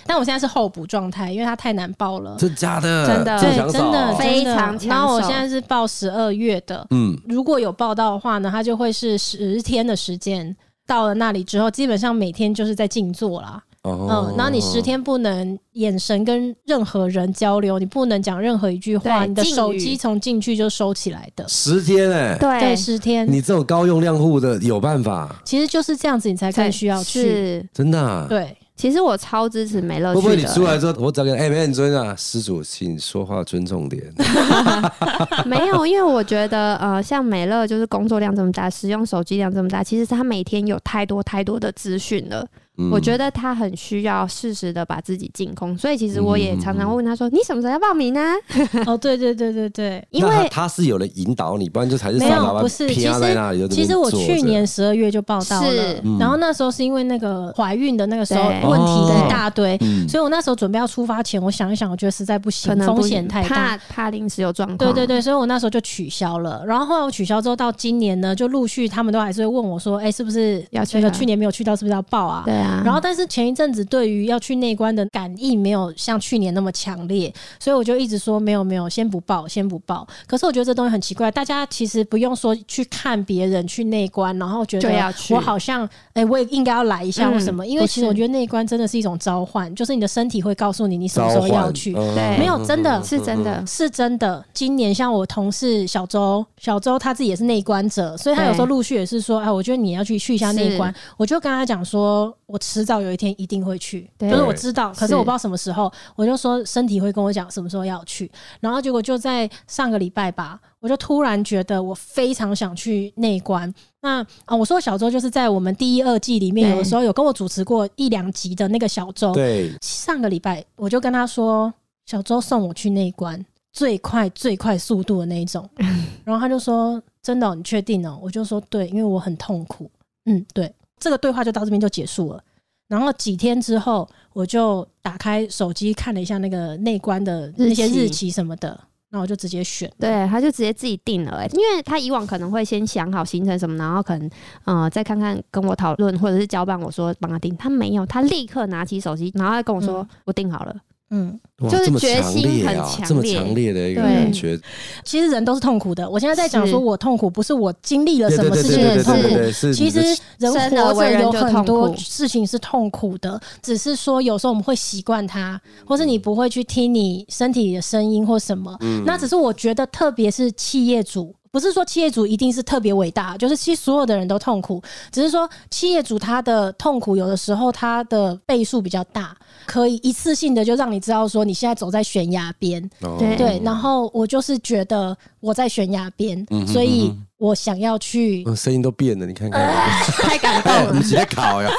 [SPEAKER 2] 但我现在是候补状态，因为他太难报了。
[SPEAKER 3] 真假的？
[SPEAKER 1] 真的
[SPEAKER 3] 这
[SPEAKER 2] 对
[SPEAKER 3] 么，抢手
[SPEAKER 2] 真的
[SPEAKER 1] 非
[SPEAKER 2] 真的
[SPEAKER 1] 常抢
[SPEAKER 2] 然后我
[SPEAKER 1] 手
[SPEAKER 2] 现在是报十二月的，
[SPEAKER 3] 嗯，
[SPEAKER 2] 如果有报道的话呢，它就会是十天的时间。到了那里之后，基本上每天就是在静坐啦。
[SPEAKER 3] 哦
[SPEAKER 2] 嗯，然后你十天不能眼神跟任何人交流，你不能讲任何一句话，
[SPEAKER 1] 对
[SPEAKER 2] 你的
[SPEAKER 1] 禁
[SPEAKER 2] 手
[SPEAKER 1] 语
[SPEAKER 2] 机从进去就收起来的。
[SPEAKER 3] 十天哎，
[SPEAKER 1] 对
[SPEAKER 2] 对，，十天，
[SPEAKER 3] 你这种高用量户的有办法？
[SPEAKER 2] 其实就是这样子，你才更需要去。
[SPEAKER 1] 是，
[SPEAKER 3] 真的、啊？
[SPEAKER 2] 对，
[SPEAKER 1] 其实我超支持美乐
[SPEAKER 3] 会不会
[SPEAKER 1] 去
[SPEAKER 3] 你出
[SPEAKER 1] 的，
[SPEAKER 3] 来之后，我找个哎，没很尊啊，施主，请说话尊重点。
[SPEAKER 1] 没有，因为我觉得呃，像美乐就是工作量这么大，使用手机量这么大，其实他每天有太多太多的资讯了。我觉
[SPEAKER 3] 得
[SPEAKER 1] 得他很需要适时的把自己净空，所以其实我
[SPEAKER 3] 嗯
[SPEAKER 1] 也常常会问他说：“你什么时候要报名呢、啊
[SPEAKER 2] 哦，对对对对对。
[SPEAKER 1] 因为
[SPEAKER 3] 他是有人引导你，不然就还是
[SPEAKER 2] 没
[SPEAKER 3] 上
[SPEAKER 2] 有，
[SPEAKER 3] 老
[SPEAKER 2] 不
[SPEAKER 3] 板
[SPEAKER 2] 是，其
[SPEAKER 3] 偏在那里
[SPEAKER 2] 实
[SPEAKER 3] 就在那边
[SPEAKER 2] 其实我
[SPEAKER 3] 坐着
[SPEAKER 2] 去年十二月就报道了
[SPEAKER 1] 是，
[SPEAKER 3] 嗯
[SPEAKER 2] 然后那时候是因为那个怀孕的那个时候
[SPEAKER 1] 对
[SPEAKER 2] 问题的一大堆，
[SPEAKER 3] 嗯
[SPEAKER 2] 所以我那时候准备要出发前，我想一想，我觉得实在不行
[SPEAKER 1] 可，能不
[SPEAKER 2] 风险太
[SPEAKER 1] 怕
[SPEAKER 2] 大。
[SPEAKER 1] 怕临时有状况。
[SPEAKER 2] 对对对，所以我那时候就取消了。然后后来我取消之后，到今年呢，就陆续他们都还是会问我说：“哎、是不是
[SPEAKER 1] 要去
[SPEAKER 2] 那个
[SPEAKER 1] 啊
[SPEAKER 2] 去年没有去到，是不是要报啊？”
[SPEAKER 1] 对啊！
[SPEAKER 2] 然后，但是前一阵子对于要去内观的感应没有像去年那么强烈，所以我就一直说没有没有，先不报，先不报。可是我觉得这东西很奇怪，大家其实不用说去看别人去内观，然后觉
[SPEAKER 1] 就要
[SPEAKER 2] 得
[SPEAKER 1] 去
[SPEAKER 2] 我好像哎、我也应该要来一下
[SPEAKER 1] 嗯
[SPEAKER 2] 或什么，因为
[SPEAKER 1] 不
[SPEAKER 2] 其实
[SPEAKER 1] 是
[SPEAKER 2] 我觉得内观真的是一种召唤，就是你的身体会告诉你你什么时候要
[SPEAKER 3] 嗯
[SPEAKER 2] 去。
[SPEAKER 1] 对
[SPEAKER 2] 没有真的
[SPEAKER 1] 是真的，
[SPEAKER 2] 是真的。今年像我同事小周，小周他自己也是内观者，所以他有时候陆续也是说，哎，我觉得你要去去一下内观。我就跟他讲说，我迟早有一天一定会去，
[SPEAKER 1] 对
[SPEAKER 2] 就是我知道，可是
[SPEAKER 1] 是
[SPEAKER 2] 我不知道什么时候。我就说身体会跟我讲什么时候要去，然后结果就在上个礼拜吧，我就突然觉得我非常想去内观。那啊、我说小周就是在我们第一二季里面，
[SPEAKER 1] 对
[SPEAKER 2] 有的时候有跟我主持过一两集的那个小周，
[SPEAKER 3] 对，
[SPEAKER 2] 上个礼拜我就跟他说，小周送我去那一关，最快最快速度的那一种。然后他就说：“真的哦、你确定哦？”我就说：“对，因为我很痛苦。”嗯，对，这个对话就到这边就结束了。然后几天之后，我就打开手机看了一下那个内关的那些
[SPEAKER 1] 日期
[SPEAKER 2] 日期什么的，那我就直接选。
[SPEAKER 1] 对，他就直接自己定了、欸，因为他以往可能会先想好行程什么，然后可能呃再看看跟我讨论，或者是交办我说帮他定，他没有，他立刻拿起手机，然后他跟我说、
[SPEAKER 2] 嗯
[SPEAKER 1] 我定好了，
[SPEAKER 2] 嗯，
[SPEAKER 3] 哇
[SPEAKER 1] 就是
[SPEAKER 3] 这么
[SPEAKER 1] 决
[SPEAKER 3] 强
[SPEAKER 1] 心
[SPEAKER 3] 烈
[SPEAKER 1] 很
[SPEAKER 3] 啊
[SPEAKER 1] 强
[SPEAKER 3] 这么
[SPEAKER 1] 烈
[SPEAKER 3] 强烈的一个
[SPEAKER 1] 对
[SPEAKER 3] 感觉，
[SPEAKER 2] 其实人都是痛苦的。我现在在讲
[SPEAKER 1] 是
[SPEAKER 2] 说我痛苦，不是我经历了什么事情
[SPEAKER 1] 对
[SPEAKER 2] 很
[SPEAKER 1] 对
[SPEAKER 2] 痛
[SPEAKER 1] 对
[SPEAKER 2] 苦
[SPEAKER 1] 对，
[SPEAKER 3] 对，是
[SPEAKER 2] 其
[SPEAKER 3] 你
[SPEAKER 2] 实
[SPEAKER 3] 的
[SPEAKER 2] 人
[SPEAKER 1] 生而
[SPEAKER 2] 活着
[SPEAKER 1] 为人
[SPEAKER 2] 有
[SPEAKER 1] 就
[SPEAKER 2] 很
[SPEAKER 1] 痛
[SPEAKER 2] 多
[SPEAKER 1] 苦
[SPEAKER 2] 事情是痛苦的，只是说有时候我们会习惯它，或
[SPEAKER 1] 嗯
[SPEAKER 2] 是你不会去听你身体里的声音或什么。那只是我觉得，特别是企业主。不是说企业主一定是特别伟大，就是其实所有的人都痛苦，只是说企业主他的痛苦有的时候他的倍数比较大，可以一次性的就让你知道说你现在走在悬崖边，
[SPEAKER 3] 哦
[SPEAKER 1] 对
[SPEAKER 2] 对，然后我就是觉得我在悬崖边，
[SPEAKER 1] 嗯
[SPEAKER 2] 所以我想要去
[SPEAKER 3] 嗯声音都变了，你 看看，
[SPEAKER 1] 太感动
[SPEAKER 3] 哎，
[SPEAKER 1] 了
[SPEAKER 3] 我。们直接考呀，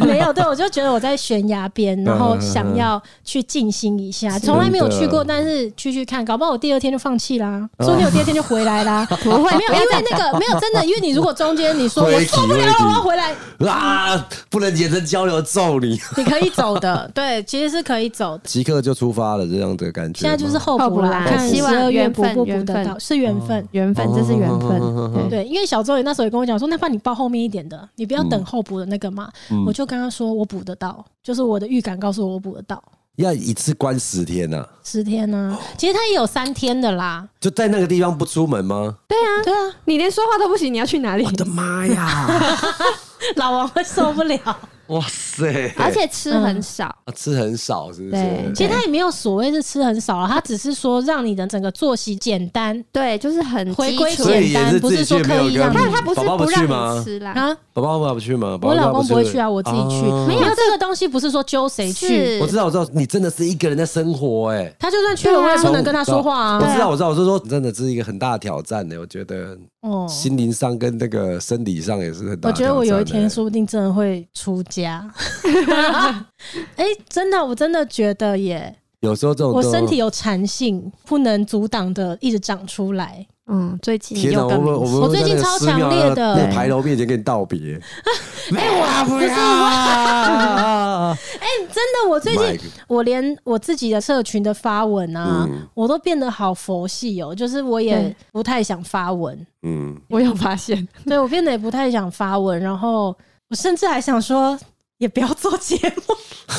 [SPEAKER 2] 没有，对我就觉得我在悬崖边，然后想要去静心一下，从来没有去过，但是去去看，搞不好我第二天就放弃啦，说不定我第二天就回来啦。
[SPEAKER 1] 不会，
[SPEAKER 2] 没有， 因为那个没有真的，因为你如果中间你说我
[SPEAKER 3] 回
[SPEAKER 2] 受不
[SPEAKER 3] 体
[SPEAKER 2] 了
[SPEAKER 3] 会
[SPEAKER 2] 了，
[SPEAKER 3] 体
[SPEAKER 2] 我要回来，
[SPEAKER 3] 啊，不能眼神交流，揍你！
[SPEAKER 2] 你可以走的，对，其实是可以走的。
[SPEAKER 3] 即刻就出发了，这样的感觉
[SPEAKER 2] 现
[SPEAKER 3] 吗。
[SPEAKER 2] 在就是候补啦，
[SPEAKER 1] 候补啦
[SPEAKER 2] 看
[SPEAKER 1] 希
[SPEAKER 2] 十
[SPEAKER 1] 望
[SPEAKER 2] 二月
[SPEAKER 1] 缘
[SPEAKER 2] 补
[SPEAKER 1] 分
[SPEAKER 2] 不补得
[SPEAKER 1] 缘
[SPEAKER 2] 到，
[SPEAKER 1] 分
[SPEAKER 2] 是缘分。
[SPEAKER 1] 缘分，这是缘
[SPEAKER 2] 哦
[SPEAKER 1] 分。对，
[SPEAKER 2] 对，因为小周也那时候也跟我讲说，那怕你报后面一点的，你不要等候补的那个嘛。我就跟他说，我补得到，就是我的预感告诉我我补得到。
[SPEAKER 3] 要一次关十天呐、啊，
[SPEAKER 2] 十天呢、
[SPEAKER 1] 哦
[SPEAKER 2] 其实他也有三天的 啦。
[SPEAKER 3] 就在那个地方不出门吗？
[SPEAKER 2] 对啊，哦
[SPEAKER 1] 你连说话都不行，你要去哪里？
[SPEAKER 3] 我的妈呀！
[SPEAKER 2] 老王会受不了。
[SPEAKER 3] 哇塞！
[SPEAKER 1] 而且吃很少。
[SPEAKER 3] 啊吃很少，是不
[SPEAKER 1] 对
[SPEAKER 3] 是？
[SPEAKER 2] 其实
[SPEAKER 1] 对
[SPEAKER 2] 他也没有所谓是吃很少啊，他只是说让你的整个作息简单
[SPEAKER 1] 对，就是很
[SPEAKER 2] 回
[SPEAKER 1] 基
[SPEAKER 2] 归
[SPEAKER 1] 础
[SPEAKER 3] 所以
[SPEAKER 2] 简单
[SPEAKER 3] 也是
[SPEAKER 2] 不
[SPEAKER 3] 自
[SPEAKER 2] 是
[SPEAKER 3] 己
[SPEAKER 2] 说
[SPEAKER 3] 去没
[SPEAKER 2] 刻
[SPEAKER 3] 有
[SPEAKER 2] 意
[SPEAKER 3] 跟
[SPEAKER 2] 让
[SPEAKER 1] 但
[SPEAKER 2] 你
[SPEAKER 1] 是他不是
[SPEAKER 3] 宝宝不
[SPEAKER 1] 不
[SPEAKER 3] 去
[SPEAKER 1] 让
[SPEAKER 3] 吗
[SPEAKER 1] 你吃啦，
[SPEAKER 2] 啊。
[SPEAKER 3] 爸爸妈妈不去吗？
[SPEAKER 2] 我老公不
[SPEAKER 3] 不
[SPEAKER 2] 会去啊，我自己去。
[SPEAKER 3] 哦
[SPEAKER 2] 没有这个东西，不啊是说揪谁去，
[SPEAKER 1] 是
[SPEAKER 3] 我知道，我知道，你真的是一个人在生活哎、
[SPEAKER 2] 他就算去了，
[SPEAKER 1] 对啊
[SPEAKER 2] 我也不能跟他说话
[SPEAKER 3] 我
[SPEAKER 2] 啊。
[SPEAKER 3] 知道，我知道，我是说，真的是一个很大的挑战欸呢、我觉得
[SPEAKER 2] 哦，
[SPEAKER 3] 心灵上跟那个生理上也是很大
[SPEAKER 2] 我
[SPEAKER 3] 的挑战欸、
[SPEAKER 2] 觉得我有一天说不定真的会出 家。哎，真的，我真的觉得耶，
[SPEAKER 3] 有时候这种
[SPEAKER 2] 我身体
[SPEAKER 3] 有
[SPEAKER 2] 有弹性，不能阻挡的一直长出来。
[SPEAKER 1] 嗯，最近
[SPEAKER 3] 天哪，
[SPEAKER 1] 又
[SPEAKER 3] 我
[SPEAKER 1] 更
[SPEAKER 3] 们我
[SPEAKER 1] 明
[SPEAKER 3] 们
[SPEAKER 1] 显
[SPEAKER 2] 我最近
[SPEAKER 3] 会在那个
[SPEAKER 2] 超
[SPEAKER 3] 寺庙
[SPEAKER 2] 强烈的哎
[SPEAKER 3] 那个牌楼面前跟你道别， 没有 啊，不要啊。
[SPEAKER 2] 真的，我 最
[SPEAKER 3] My
[SPEAKER 2] 近
[SPEAKER 3] God
[SPEAKER 2] 我连我自己的社群的发文啊，
[SPEAKER 3] 嗯
[SPEAKER 2] 我都变得好佛系哦，就是我也
[SPEAKER 1] 对
[SPEAKER 2] 不太想发文，
[SPEAKER 3] 嗯，
[SPEAKER 1] 我有发现，
[SPEAKER 2] 对我变得也不太想发文，然后我甚至还想说。也不要做节 目，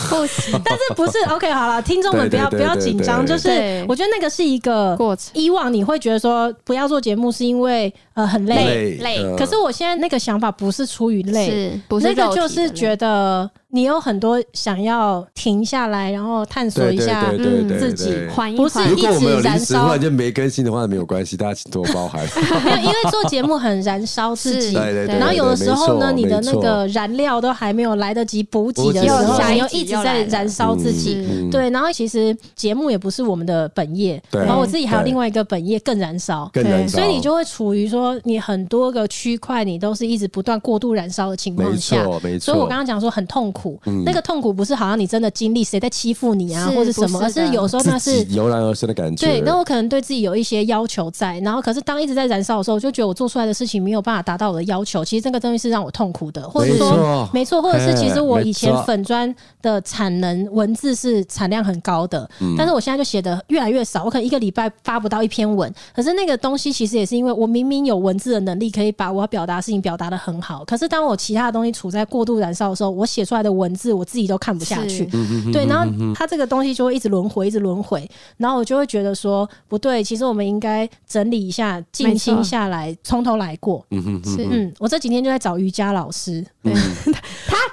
[SPEAKER 1] 不 行，
[SPEAKER 2] 但是不是 OK？好了，听众们不
[SPEAKER 3] 对对
[SPEAKER 2] 要
[SPEAKER 3] 对
[SPEAKER 2] 不要紧张，
[SPEAKER 3] 对
[SPEAKER 2] 就
[SPEAKER 3] 对
[SPEAKER 2] 是
[SPEAKER 1] 对
[SPEAKER 2] 我觉得那个是一个
[SPEAKER 1] 过程
[SPEAKER 2] 以往你会觉得说不要做节目是因为呃很累，
[SPEAKER 1] 累
[SPEAKER 3] 嗯
[SPEAKER 2] 可是我现在那个想法不是出于累，
[SPEAKER 1] 是不是
[SPEAKER 2] 那个
[SPEAKER 1] 肉体
[SPEAKER 2] 就
[SPEAKER 1] 的
[SPEAKER 2] 是
[SPEAKER 1] 那
[SPEAKER 2] 觉得你有很多想要停下来，然后探索一下
[SPEAKER 3] 对对对对
[SPEAKER 2] 嗯自己
[SPEAKER 3] 对
[SPEAKER 1] 个缓一
[SPEAKER 2] 不是
[SPEAKER 1] 缓
[SPEAKER 3] 如果我们有
[SPEAKER 2] 一直
[SPEAKER 3] 临
[SPEAKER 2] 燃
[SPEAKER 3] 时
[SPEAKER 2] 烧
[SPEAKER 3] 忽然间没更新的话，没有关系，大家请多包 涵。
[SPEAKER 2] 没有，因为做节目很燃烧自己
[SPEAKER 1] 是。
[SPEAKER 3] 对对对，
[SPEAKER 2] 然后有的时候呢，
[SPEAKER 3] 对
[SPEAKER 2] 你
[SPEAKER 3] 对
[SPEAKER 2] 的
[SPEAKER 3] 没
[SPEAKER 2] 那
[SPEAKER 3] 错
[SPEAKER 2] 个燃料都还没有来得及补给的
[SPEAKER 3] 补给
[SPEAKER 2] 时候，
[SPEAKER 3] 又下
[SPEAKER 2] 你
[SPEAKER 3] 一
[SPEAKER 2] 又
[SPEAKER 1] 集
[SPEAKER 2] 一直
[SPEAKER 1] 又来
[SPEAKER 2] 在
[SPEAKER 1] 了
[SPEAKER 2] 燃烧自己。
[SPEAKER 3] 嗯
[SPEAKER 1] 是
[SPEAKER 2] 对，然后其实节目也不是我们的本业，
[SPEAKER 3] 对
[SPEAKER 2] 然后我自己还有
[SPEAKER 3] 对
[SPEAKER 2] 另外一个本业更燃烧，
[SPEAKER 3] 更燃烧，
[SPEAKER 2] 所以你就会处于说你很多个区块你都是一直不断过度燃烧的情况
[SPEAKER 3] 没
[SPEAKER 2] 下。
[SPEAKER 3] 错没错。
[SPEAKER 2] 所以我刚刚讲说很痛苦，
[SPEAKER 3] 嗯
[SPEAKER 2] 那个痛苦不是好像你真的经历谁在欺负你啊，
[SPEAKER 1] 是
[SPEAKER 2] 或者什么，而
[SPEAKER 1] 不是的
[SPEAKER 2] 是有时候那
[SPEAKER 3] 自
[SPEAKER 2] 是。
[SPEAKER 3] 己油然而生的感觉。
[SPEAKER 2] 对，那我可能对自己有一些要求在，然后可是当一直在燃烧的时候，我就觉得我做出来的事情没有办法达到我的要求，其实这个东西是让我痛苦的，或者
[SPEAKER 3] 没
[SPEAKER 2] 说
[SPEAKER 3] 错，
[SPEAKER 2] 没错，或者是其实我以前
[SPEAKER 3] 哎没错
[SPEAKER 2] 粉砖的产能文字是产量很高的，但是我现在就写的越来越少，我可能一个礼拜发不到一篇文。可是那个东西其实也是因为我明明有文字的能力，可以把我要表达的事情表达的很好，可是当我其他的东西处在过度燃烧的时候，我写出来的文字我自己都看不下去
[SPEAKER 3] 嗯
[SPEAKER 1] 是。
[SPEAKER 2] 对，然后它这个东西就会一直轮回，一直轮回，然后我就会觉得说不对，其实我们应该整理一下，静
[SPEAKER 1] 没错
[SPEAKER 2] 心下来，从头来过。
[SPEAKER 3] 嗯哼哼，
[SPEAKER 1] 是
[SPEAKER 2] 嗯，我这几天就在找瑜伽老师，
[SPEAKER 1] 对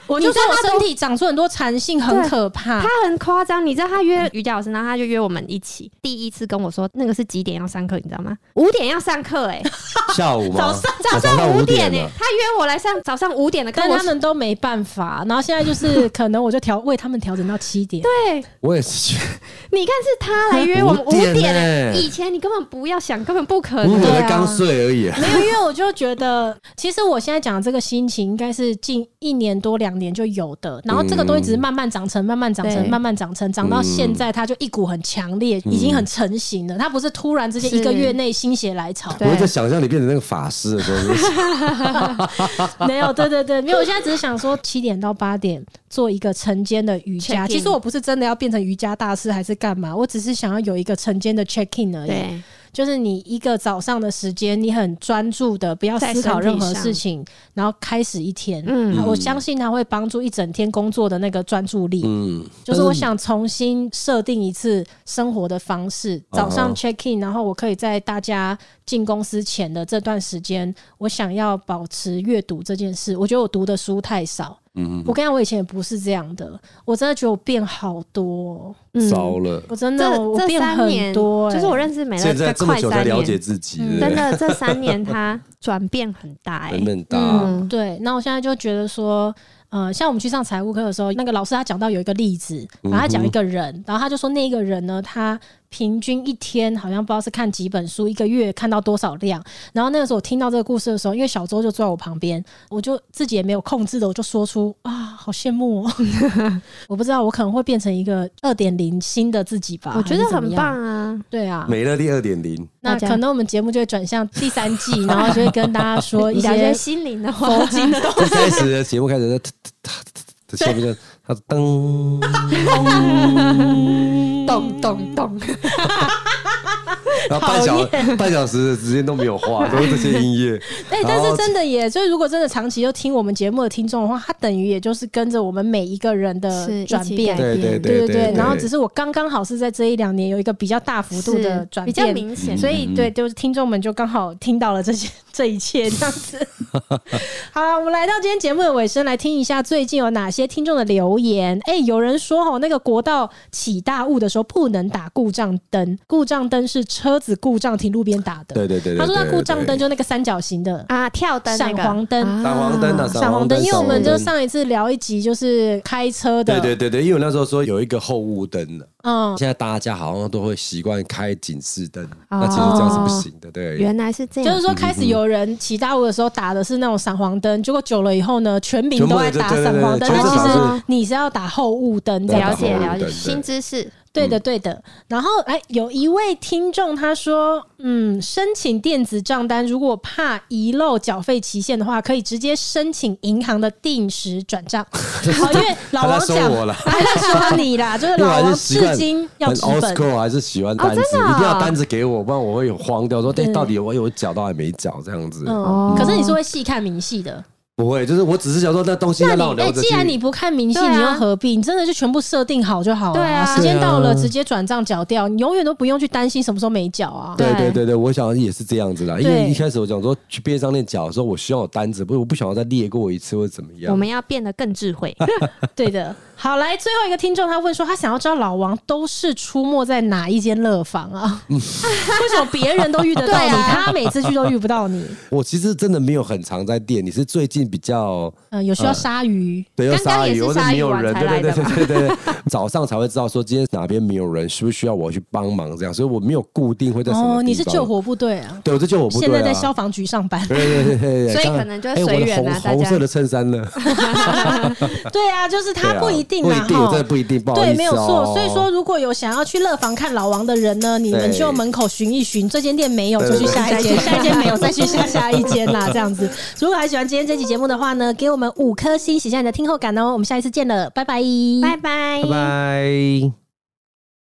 [SPEAKER 2] 我就说我身体长出很多弹性，很可怕
[SPEAKER 1] 他。很夸张，你知道他约瑜伽老师，然后他就约我们一起。第一次跟我说那个是几点要上课，你知道吗？五点要上课，哎，
[SPEAKER 3] 下午吗？
[SPEAKER 1] 早上早
[SPEAKER 3] 哦上
[SPEAKER 1] 上五点
[SPEAKER 3] 点
[SPEAKER 1] 哎、
[SPEAKER 3] 了。
[SPEAKER 1] 他约我来上早上五点的课，
[SPEAKER 2] 但
[SPEAKER 1] 我
[SPEAKER 2] 他们都没办法，然后现在就是可能我就调为他们调整到七点，
[SPEAKER 1] 对，
[SPEAKER 3] 我也是觉
[SPEAKER 1] 你看是他来约我们
[SPEAKER 3] 五
[SPEAKER 1] 五
[SPEAKER 3] 点
[SPEAKER 1] 点哎、
[SPEAKER 3] 欸
[SPEAKER 1] 以前你根本不要想，根本不可
[SPEAKER 2] 呃
[SPEAKER 3] 得，我
[SPEAKER 2] 啊
[SPEAKER 1] 能。
[SPEAKER 3] 才刚睡而已。
[SPEAKER 2] 没有，因为我就觉得，其实我现在讲的这个心情应该是近一年多两年就有的，然后这个东西只是慢慢长成，慢慢长成，
[SPEAKER 1] 对
[SPEAKER 2] 慢慢长成，长到现在它就一股很强烈，已经很成型了。它不是突然之间一个
[SPEAKER 1] 是
[SPEAKER 2] 月内心血来潮，
[SPEAKER 1] 对
[SPEAKER 3] 我在想象你变成那个法师的时候，就是
[SPEAKER 2] 没有，对对对，没有。我现在只是想说，七点到八点做一个晨间的瑜伽。
[SPEAKER 1] Check-in
[SPEAKER 2] 其实我不是真的要变成瑜伽大师还是干嘛，我只是想要有一个晨间的 check in 而已。
[SPEAKER 1] 对，
[SPEAKER 2] 就是你一个早上的时间，你很专注的，不要思考任何事情，然后开始一天。
[SPEAKER 1] 嗯，
[SPEAKER 2] 我相信它会帮助一整天工作的那个专注力。
[SPEAKER 3] 嗯，
[SPEAKER 2] 就是我想重新设定一次生活的方式，早上 check in，然后我可以在大家进公司前的这段时间，我想要保持阅读这件事。我觉得我读的书太少，嗯，我跟你讲，我以前也不是这样的，我真的觉得我变好多哦，
[SPEAKER 3] 但是
[SPEAKER 1] 嗯
[SPEAKER 3] 糟了。
[SPEAKER 2] 我真的
[SPEAKER 1] 这
[SPEAKER 2] 我
[SPEAKER 1] 这
[SPEAKER 2] 变
[SPEAKER 1] 三
[SPEAKER 2] 很
[SPEAKER 1] 年，
[SPEAKER 2] 多、欸
[SPEAKER 1] 就是我认识美乐
[SPEAKER 3] 现在
[SPEAKER 1] 这
[SPEAKER 3] 这么
[SPEAKER 1] 快
[SPEAKER 3] 久才
[SPEAKER 1] 三
[SPEAKER 3] 了解
[SPEAKER 1] 年，
[SPEAKER 3] 自己，
[SPEAKER 2] 嗯
[SPEAKER 1] 真
[SPEAKER 3] 对
[SPEAKER 1] 的这三年他转变很大哎、
[SPEAKER 3] 人们大
[SPEAKER 2] 嗯，对。那我现在就觉得说，呃，像我们去上财务课的时候，那个老师他讲到有一个例子，然后他讲一个人，然后他就说那一个人呢，他平均一天好像不知道是看几本书，一个月看到多少量。然后那个时候我听到这个故事的时候，因为小周就坐在我旁边，我就自己也没有控制的，我就说出啊，好羡慕哦！ 我不知道我可能会变成一个二点零新的自己吧，
[SPEAKER 1] 我觉
[SPEAKER 2] 还
[SPEAKER 1] 得
[SPEAKER 2] 是怎么
[SPEAKER 1] 很
[SPEAKER 2] 样。
[SPEAKER 1] 棒啊，
[SPEAKER 2] 对啊，
[SPEAKER 3] 美乐第二点零，
[SPEAKER 2] 那
[SPEAKER 1] 大家
[SPEAKER 2] 可能我们节目就会转向第三季，然后就会跟大家说一
[SPEAKER 1] 聊 一
[SPEAKER 2] 些
[SPEAKER 1] 些心灵的话，
[SPEAKER 2] 佛经的
[SPEAKER 3] 一开始的节目开始，下面就他噔，
[SPEAKER 1] 咚咚咚，
[SPEAKER 3] 然后半小半小时的时间都没有话，都是这些音乐。
[SPEAKER 2] 哎、但是真的耶，所以如果真的长期就听我们节目的听众的话，他等于也就是跟着我们每一个人
[SPEAKER 1] 是
[SPEAKER 2] 的
[SPEAKER 1] 一
[SPEAKER 2] 转
[SPEAKER 1] 起
[SPEAKER 2] 变
[SPEAKER 1] 改，
[SPEAKER 3] 对对
[SPEAKER 1] 变
[SPEAKER 2] 对
[SPEAKER 3] 对
[SPEAKER 2] 对。然后只是我刚刚好是在这一两年有一个比较大幅度的
[SPEAKER 1] 是
[SPEAKER 2] 转
[SPEAKER 1] 比较
[SPEAKER 2] 变，
[SPEAKER 3] 嗯
[SPEAKER 1] 明显，
[SPEAKER 2] 所以对，就是听众们就刚好听到了这些这一切这样子。好了，我们来到今天节目的尾声，来听一下最近有哪些听众的留言。哎、有人说哦，那个国道起大雾的时候不能打故障灯，故障灯是车子故障停路边打的。
[SPEAKER 3] 对对对对
[SPEAKER 2] 他说那
[SPEAKER 3] 对
[SPEAKER 2] 故障灯
[SPEAKER 3] 对
[SPEAKER 2] 就那个三角形的
[SPEAKER 1] 啊，跳灯那
[SPEAKER 2] 闪
[SPEAKER 1] 个
[SPEAKER 2] 黄灯。
[SPEAKER 3] 闪黄灯啊，
[SPEAKER 2] 闪黄灯，因为我们就
[SPEAKER 3] 闪黄灯
[SPEAKER 2] 上一次聊一集，就是开车的，
[SPEAKER 3] 对对对对，因为我那时候说有一个后雾灯的，
[SPEAKER 2] 嗯，
[SPEAKER 3] 现在大家好像都会习惯开警示灯，
[SPEAKER 1] 哦
[SPEAKER 3] 那其实这样是不行的，对。
[SPEAKER 1] 原来是这
[SPEAKER 2] 就
[SPEAKER 1] 样，
[SPEAKER 2] 是说开始有人骑大雾的时候打的是那种闪黄灯，结果久了以后呢，全民都在打闪黄灯，
[SPEAKER 3] 全
[SPEAKER 1] 部
[SPEAKER 2] 但
[SPEAKER 1] 人都
[SPEAKER 2] 其
[SPEAKER 1] 对
[SPEAKER 2] 实
[SPEAKER 1] 对对
[SPEAKER 2] 哦你是要打后雾灯这样
[SPEAKER 1] 了
[SPEAKER 2] 子。
[SPEAKER 1] 解
[SPEAKER 3] 对
[SPEAKER 1] 了解
[SPEAKER 3] 对
[SPEAKER 1] 新知识，
[SPEAKER 2] 对的，对的。然后，哎，有一位听众他说，嗯，申请电子账单，如果怕遗漏缴费期限的话，可以直接申请银行的定时转 账。好，因为老王
[SPEAKER 3] 他在
[SPEAKER 2] 讲
[SPEAKER 3] 说我啦
[SPEAKER 2] 还在说你啦，就是
[SPEAKER 3] 因为我
[SPEAKER 2] 老
[SPEAKER 3] 还
[SPEAKER 2] 王
[SPEAKER 3] 是习惯
[SPEAKER 2] 至今要
[SPEAKER 3] 很
[SPEAKER 2] 纸
[SPEAKER 3] old
[SPEAKER 2] 本。
[SPEAKER 3] school，还是喜欢单子，
[SPEAKER 1] 哦真的哦
[SPEAKER 3] 一定要单子给我，不然我会有慌掉，说哎，到底我有缴到还没缴这样子。
[SPEAKER 1] 哦
[SPEAKER 2] 嗯，可是你是会细看明细的。
[SPEAKER 3] 不会，就是我只是想说那东西要让
[SPEAKER 2] 那
[SPEAKER 3] 我
[SPEAKER 2] 你哎、
[SPEAKER 3] 留着去。
[SPEAKER 2] 既然你不看明细，
[SPEAKER 1] 对啊
[SPEAKER 2] 你又何必？你真的就全部设定好就好了、
[SPEAKER 1] 对啊
[SPEAKER 2] 时间到了，
[SPEAKER 3] 对啊
[SPEAKER 2] 直接转账缴掉，你永远都不用去担心什么时候没缴啊。
[SPEAKER 1] 对
[SPEAKER 3] 对对对对，我想也是这样子啦，因为
[SPEAKER 2] 对
[SPEAKER 3] 一开始我讲说去便利商店缴的时候，我希望有单子，不是我不想要再列过一次或者怎么样。
[SPEAKER 1] 我们要变得更智 慧。
[SPEAKER 2] 对的。好，来最后一个听众他问说，他想要知道老王都是出没在哪一间乐坊 啊？为什么别人都遇得到你，
[SPEAKER 1] 对啊
[SPEAKER 2] 他每次去都遇不到你？
[SPEAKER 3] 我其实真的没有很常在店，你是最近比较
[SPEAKER 2] 嗯，有需
[SPEAKER 3] 呃
[SPEAKER 2] 要鲨鱼。
[SPEAKER 3] 对，要
[SPEAKER 1] 刚刚
[SPEAKER 3] 鲨
[SPEAKER 1] 也
[SPEAKER 3] 鱼，
[SPEAKER 1] 是
[SPEAKER 3] 或者
[SPEAKER 1] 鲨
[SPEAKER 3] 没
[SPEAKER 1] 鱼
[SPEAKER 3] 有
[SPEAKER 1] 完
[SPEAKER 3] 人，
[SPEAKER 1] 才
[SPEAKER 3] 对
[SPEAKER 1] 来
[SPEAKER 3] 对
[SPEAKER 1] 的
[SPEAKER 3] 对对对对，早上才会知道说今天哪边没有人，需不需要我去帮忙这样，所以我没有固定会在什么地方。
[SPEAKER 2] 哦，你是救，火部队啊？
[SPEAKER 3] 对，我是救火部队、
[SPEAKER 2] 现
[SPEAKER 3] 啊，
[SPEAKER 2] 在在消防局上 班。
[SPEAKER 3] 对对对对对，
[SPEAKER 1] 所以
[SPEAKER 3] 刚
[SPEAKER 1] 可能就
[SPEAKER 3] 哎
[SPEAKER 1] 随缘
[SPEAKER 3] 我
[SPEAKER 1] 啊
[SPEAKER 3] 的
[SPEAKER 1] 大
[SPEAKER 3] 红红
[SPEAKER 1] 家
[SPEAKER 3] 色的衬衫呢？
[SPEAKER 2] 对啊，就是
[SPEAKER 3] 对
[SPEAKER 2] 他
[SPEAKER 3] 啊
[SPEAKER 2] 不一定
[SPEAKER 3] 不
[SPEAKER 2] 啦，
[SPEAKER 3] 一定，
[SPEAKER 2] 吼
[SPEAKER 3] 真的不一定，不好意思、哦、
[SPEAKER 2] 对，没有错。所以说，如果有想要去乐坊看老王的人呢，你们
[SPEAKER 3] 对
[SPEAKER 2] 就门口寻一寻，这间店没有
[SPEAKER 3] 对
[SPEAKER 2] 就
[SPEAKER 3] 对
[SPEAKER 2] 去
[SPEAKER 3] 对
[SPEAKER 2] 下一间，下一间没有再去下下一间啦，这样子。如果还喜欢今天这期节目的话呢，给我们五颗星，写下你的听后感哦。我们下一次见了，拜拜，
[SPEAKER 1] 拜拜，
[SPEAKER 3] 拜拜。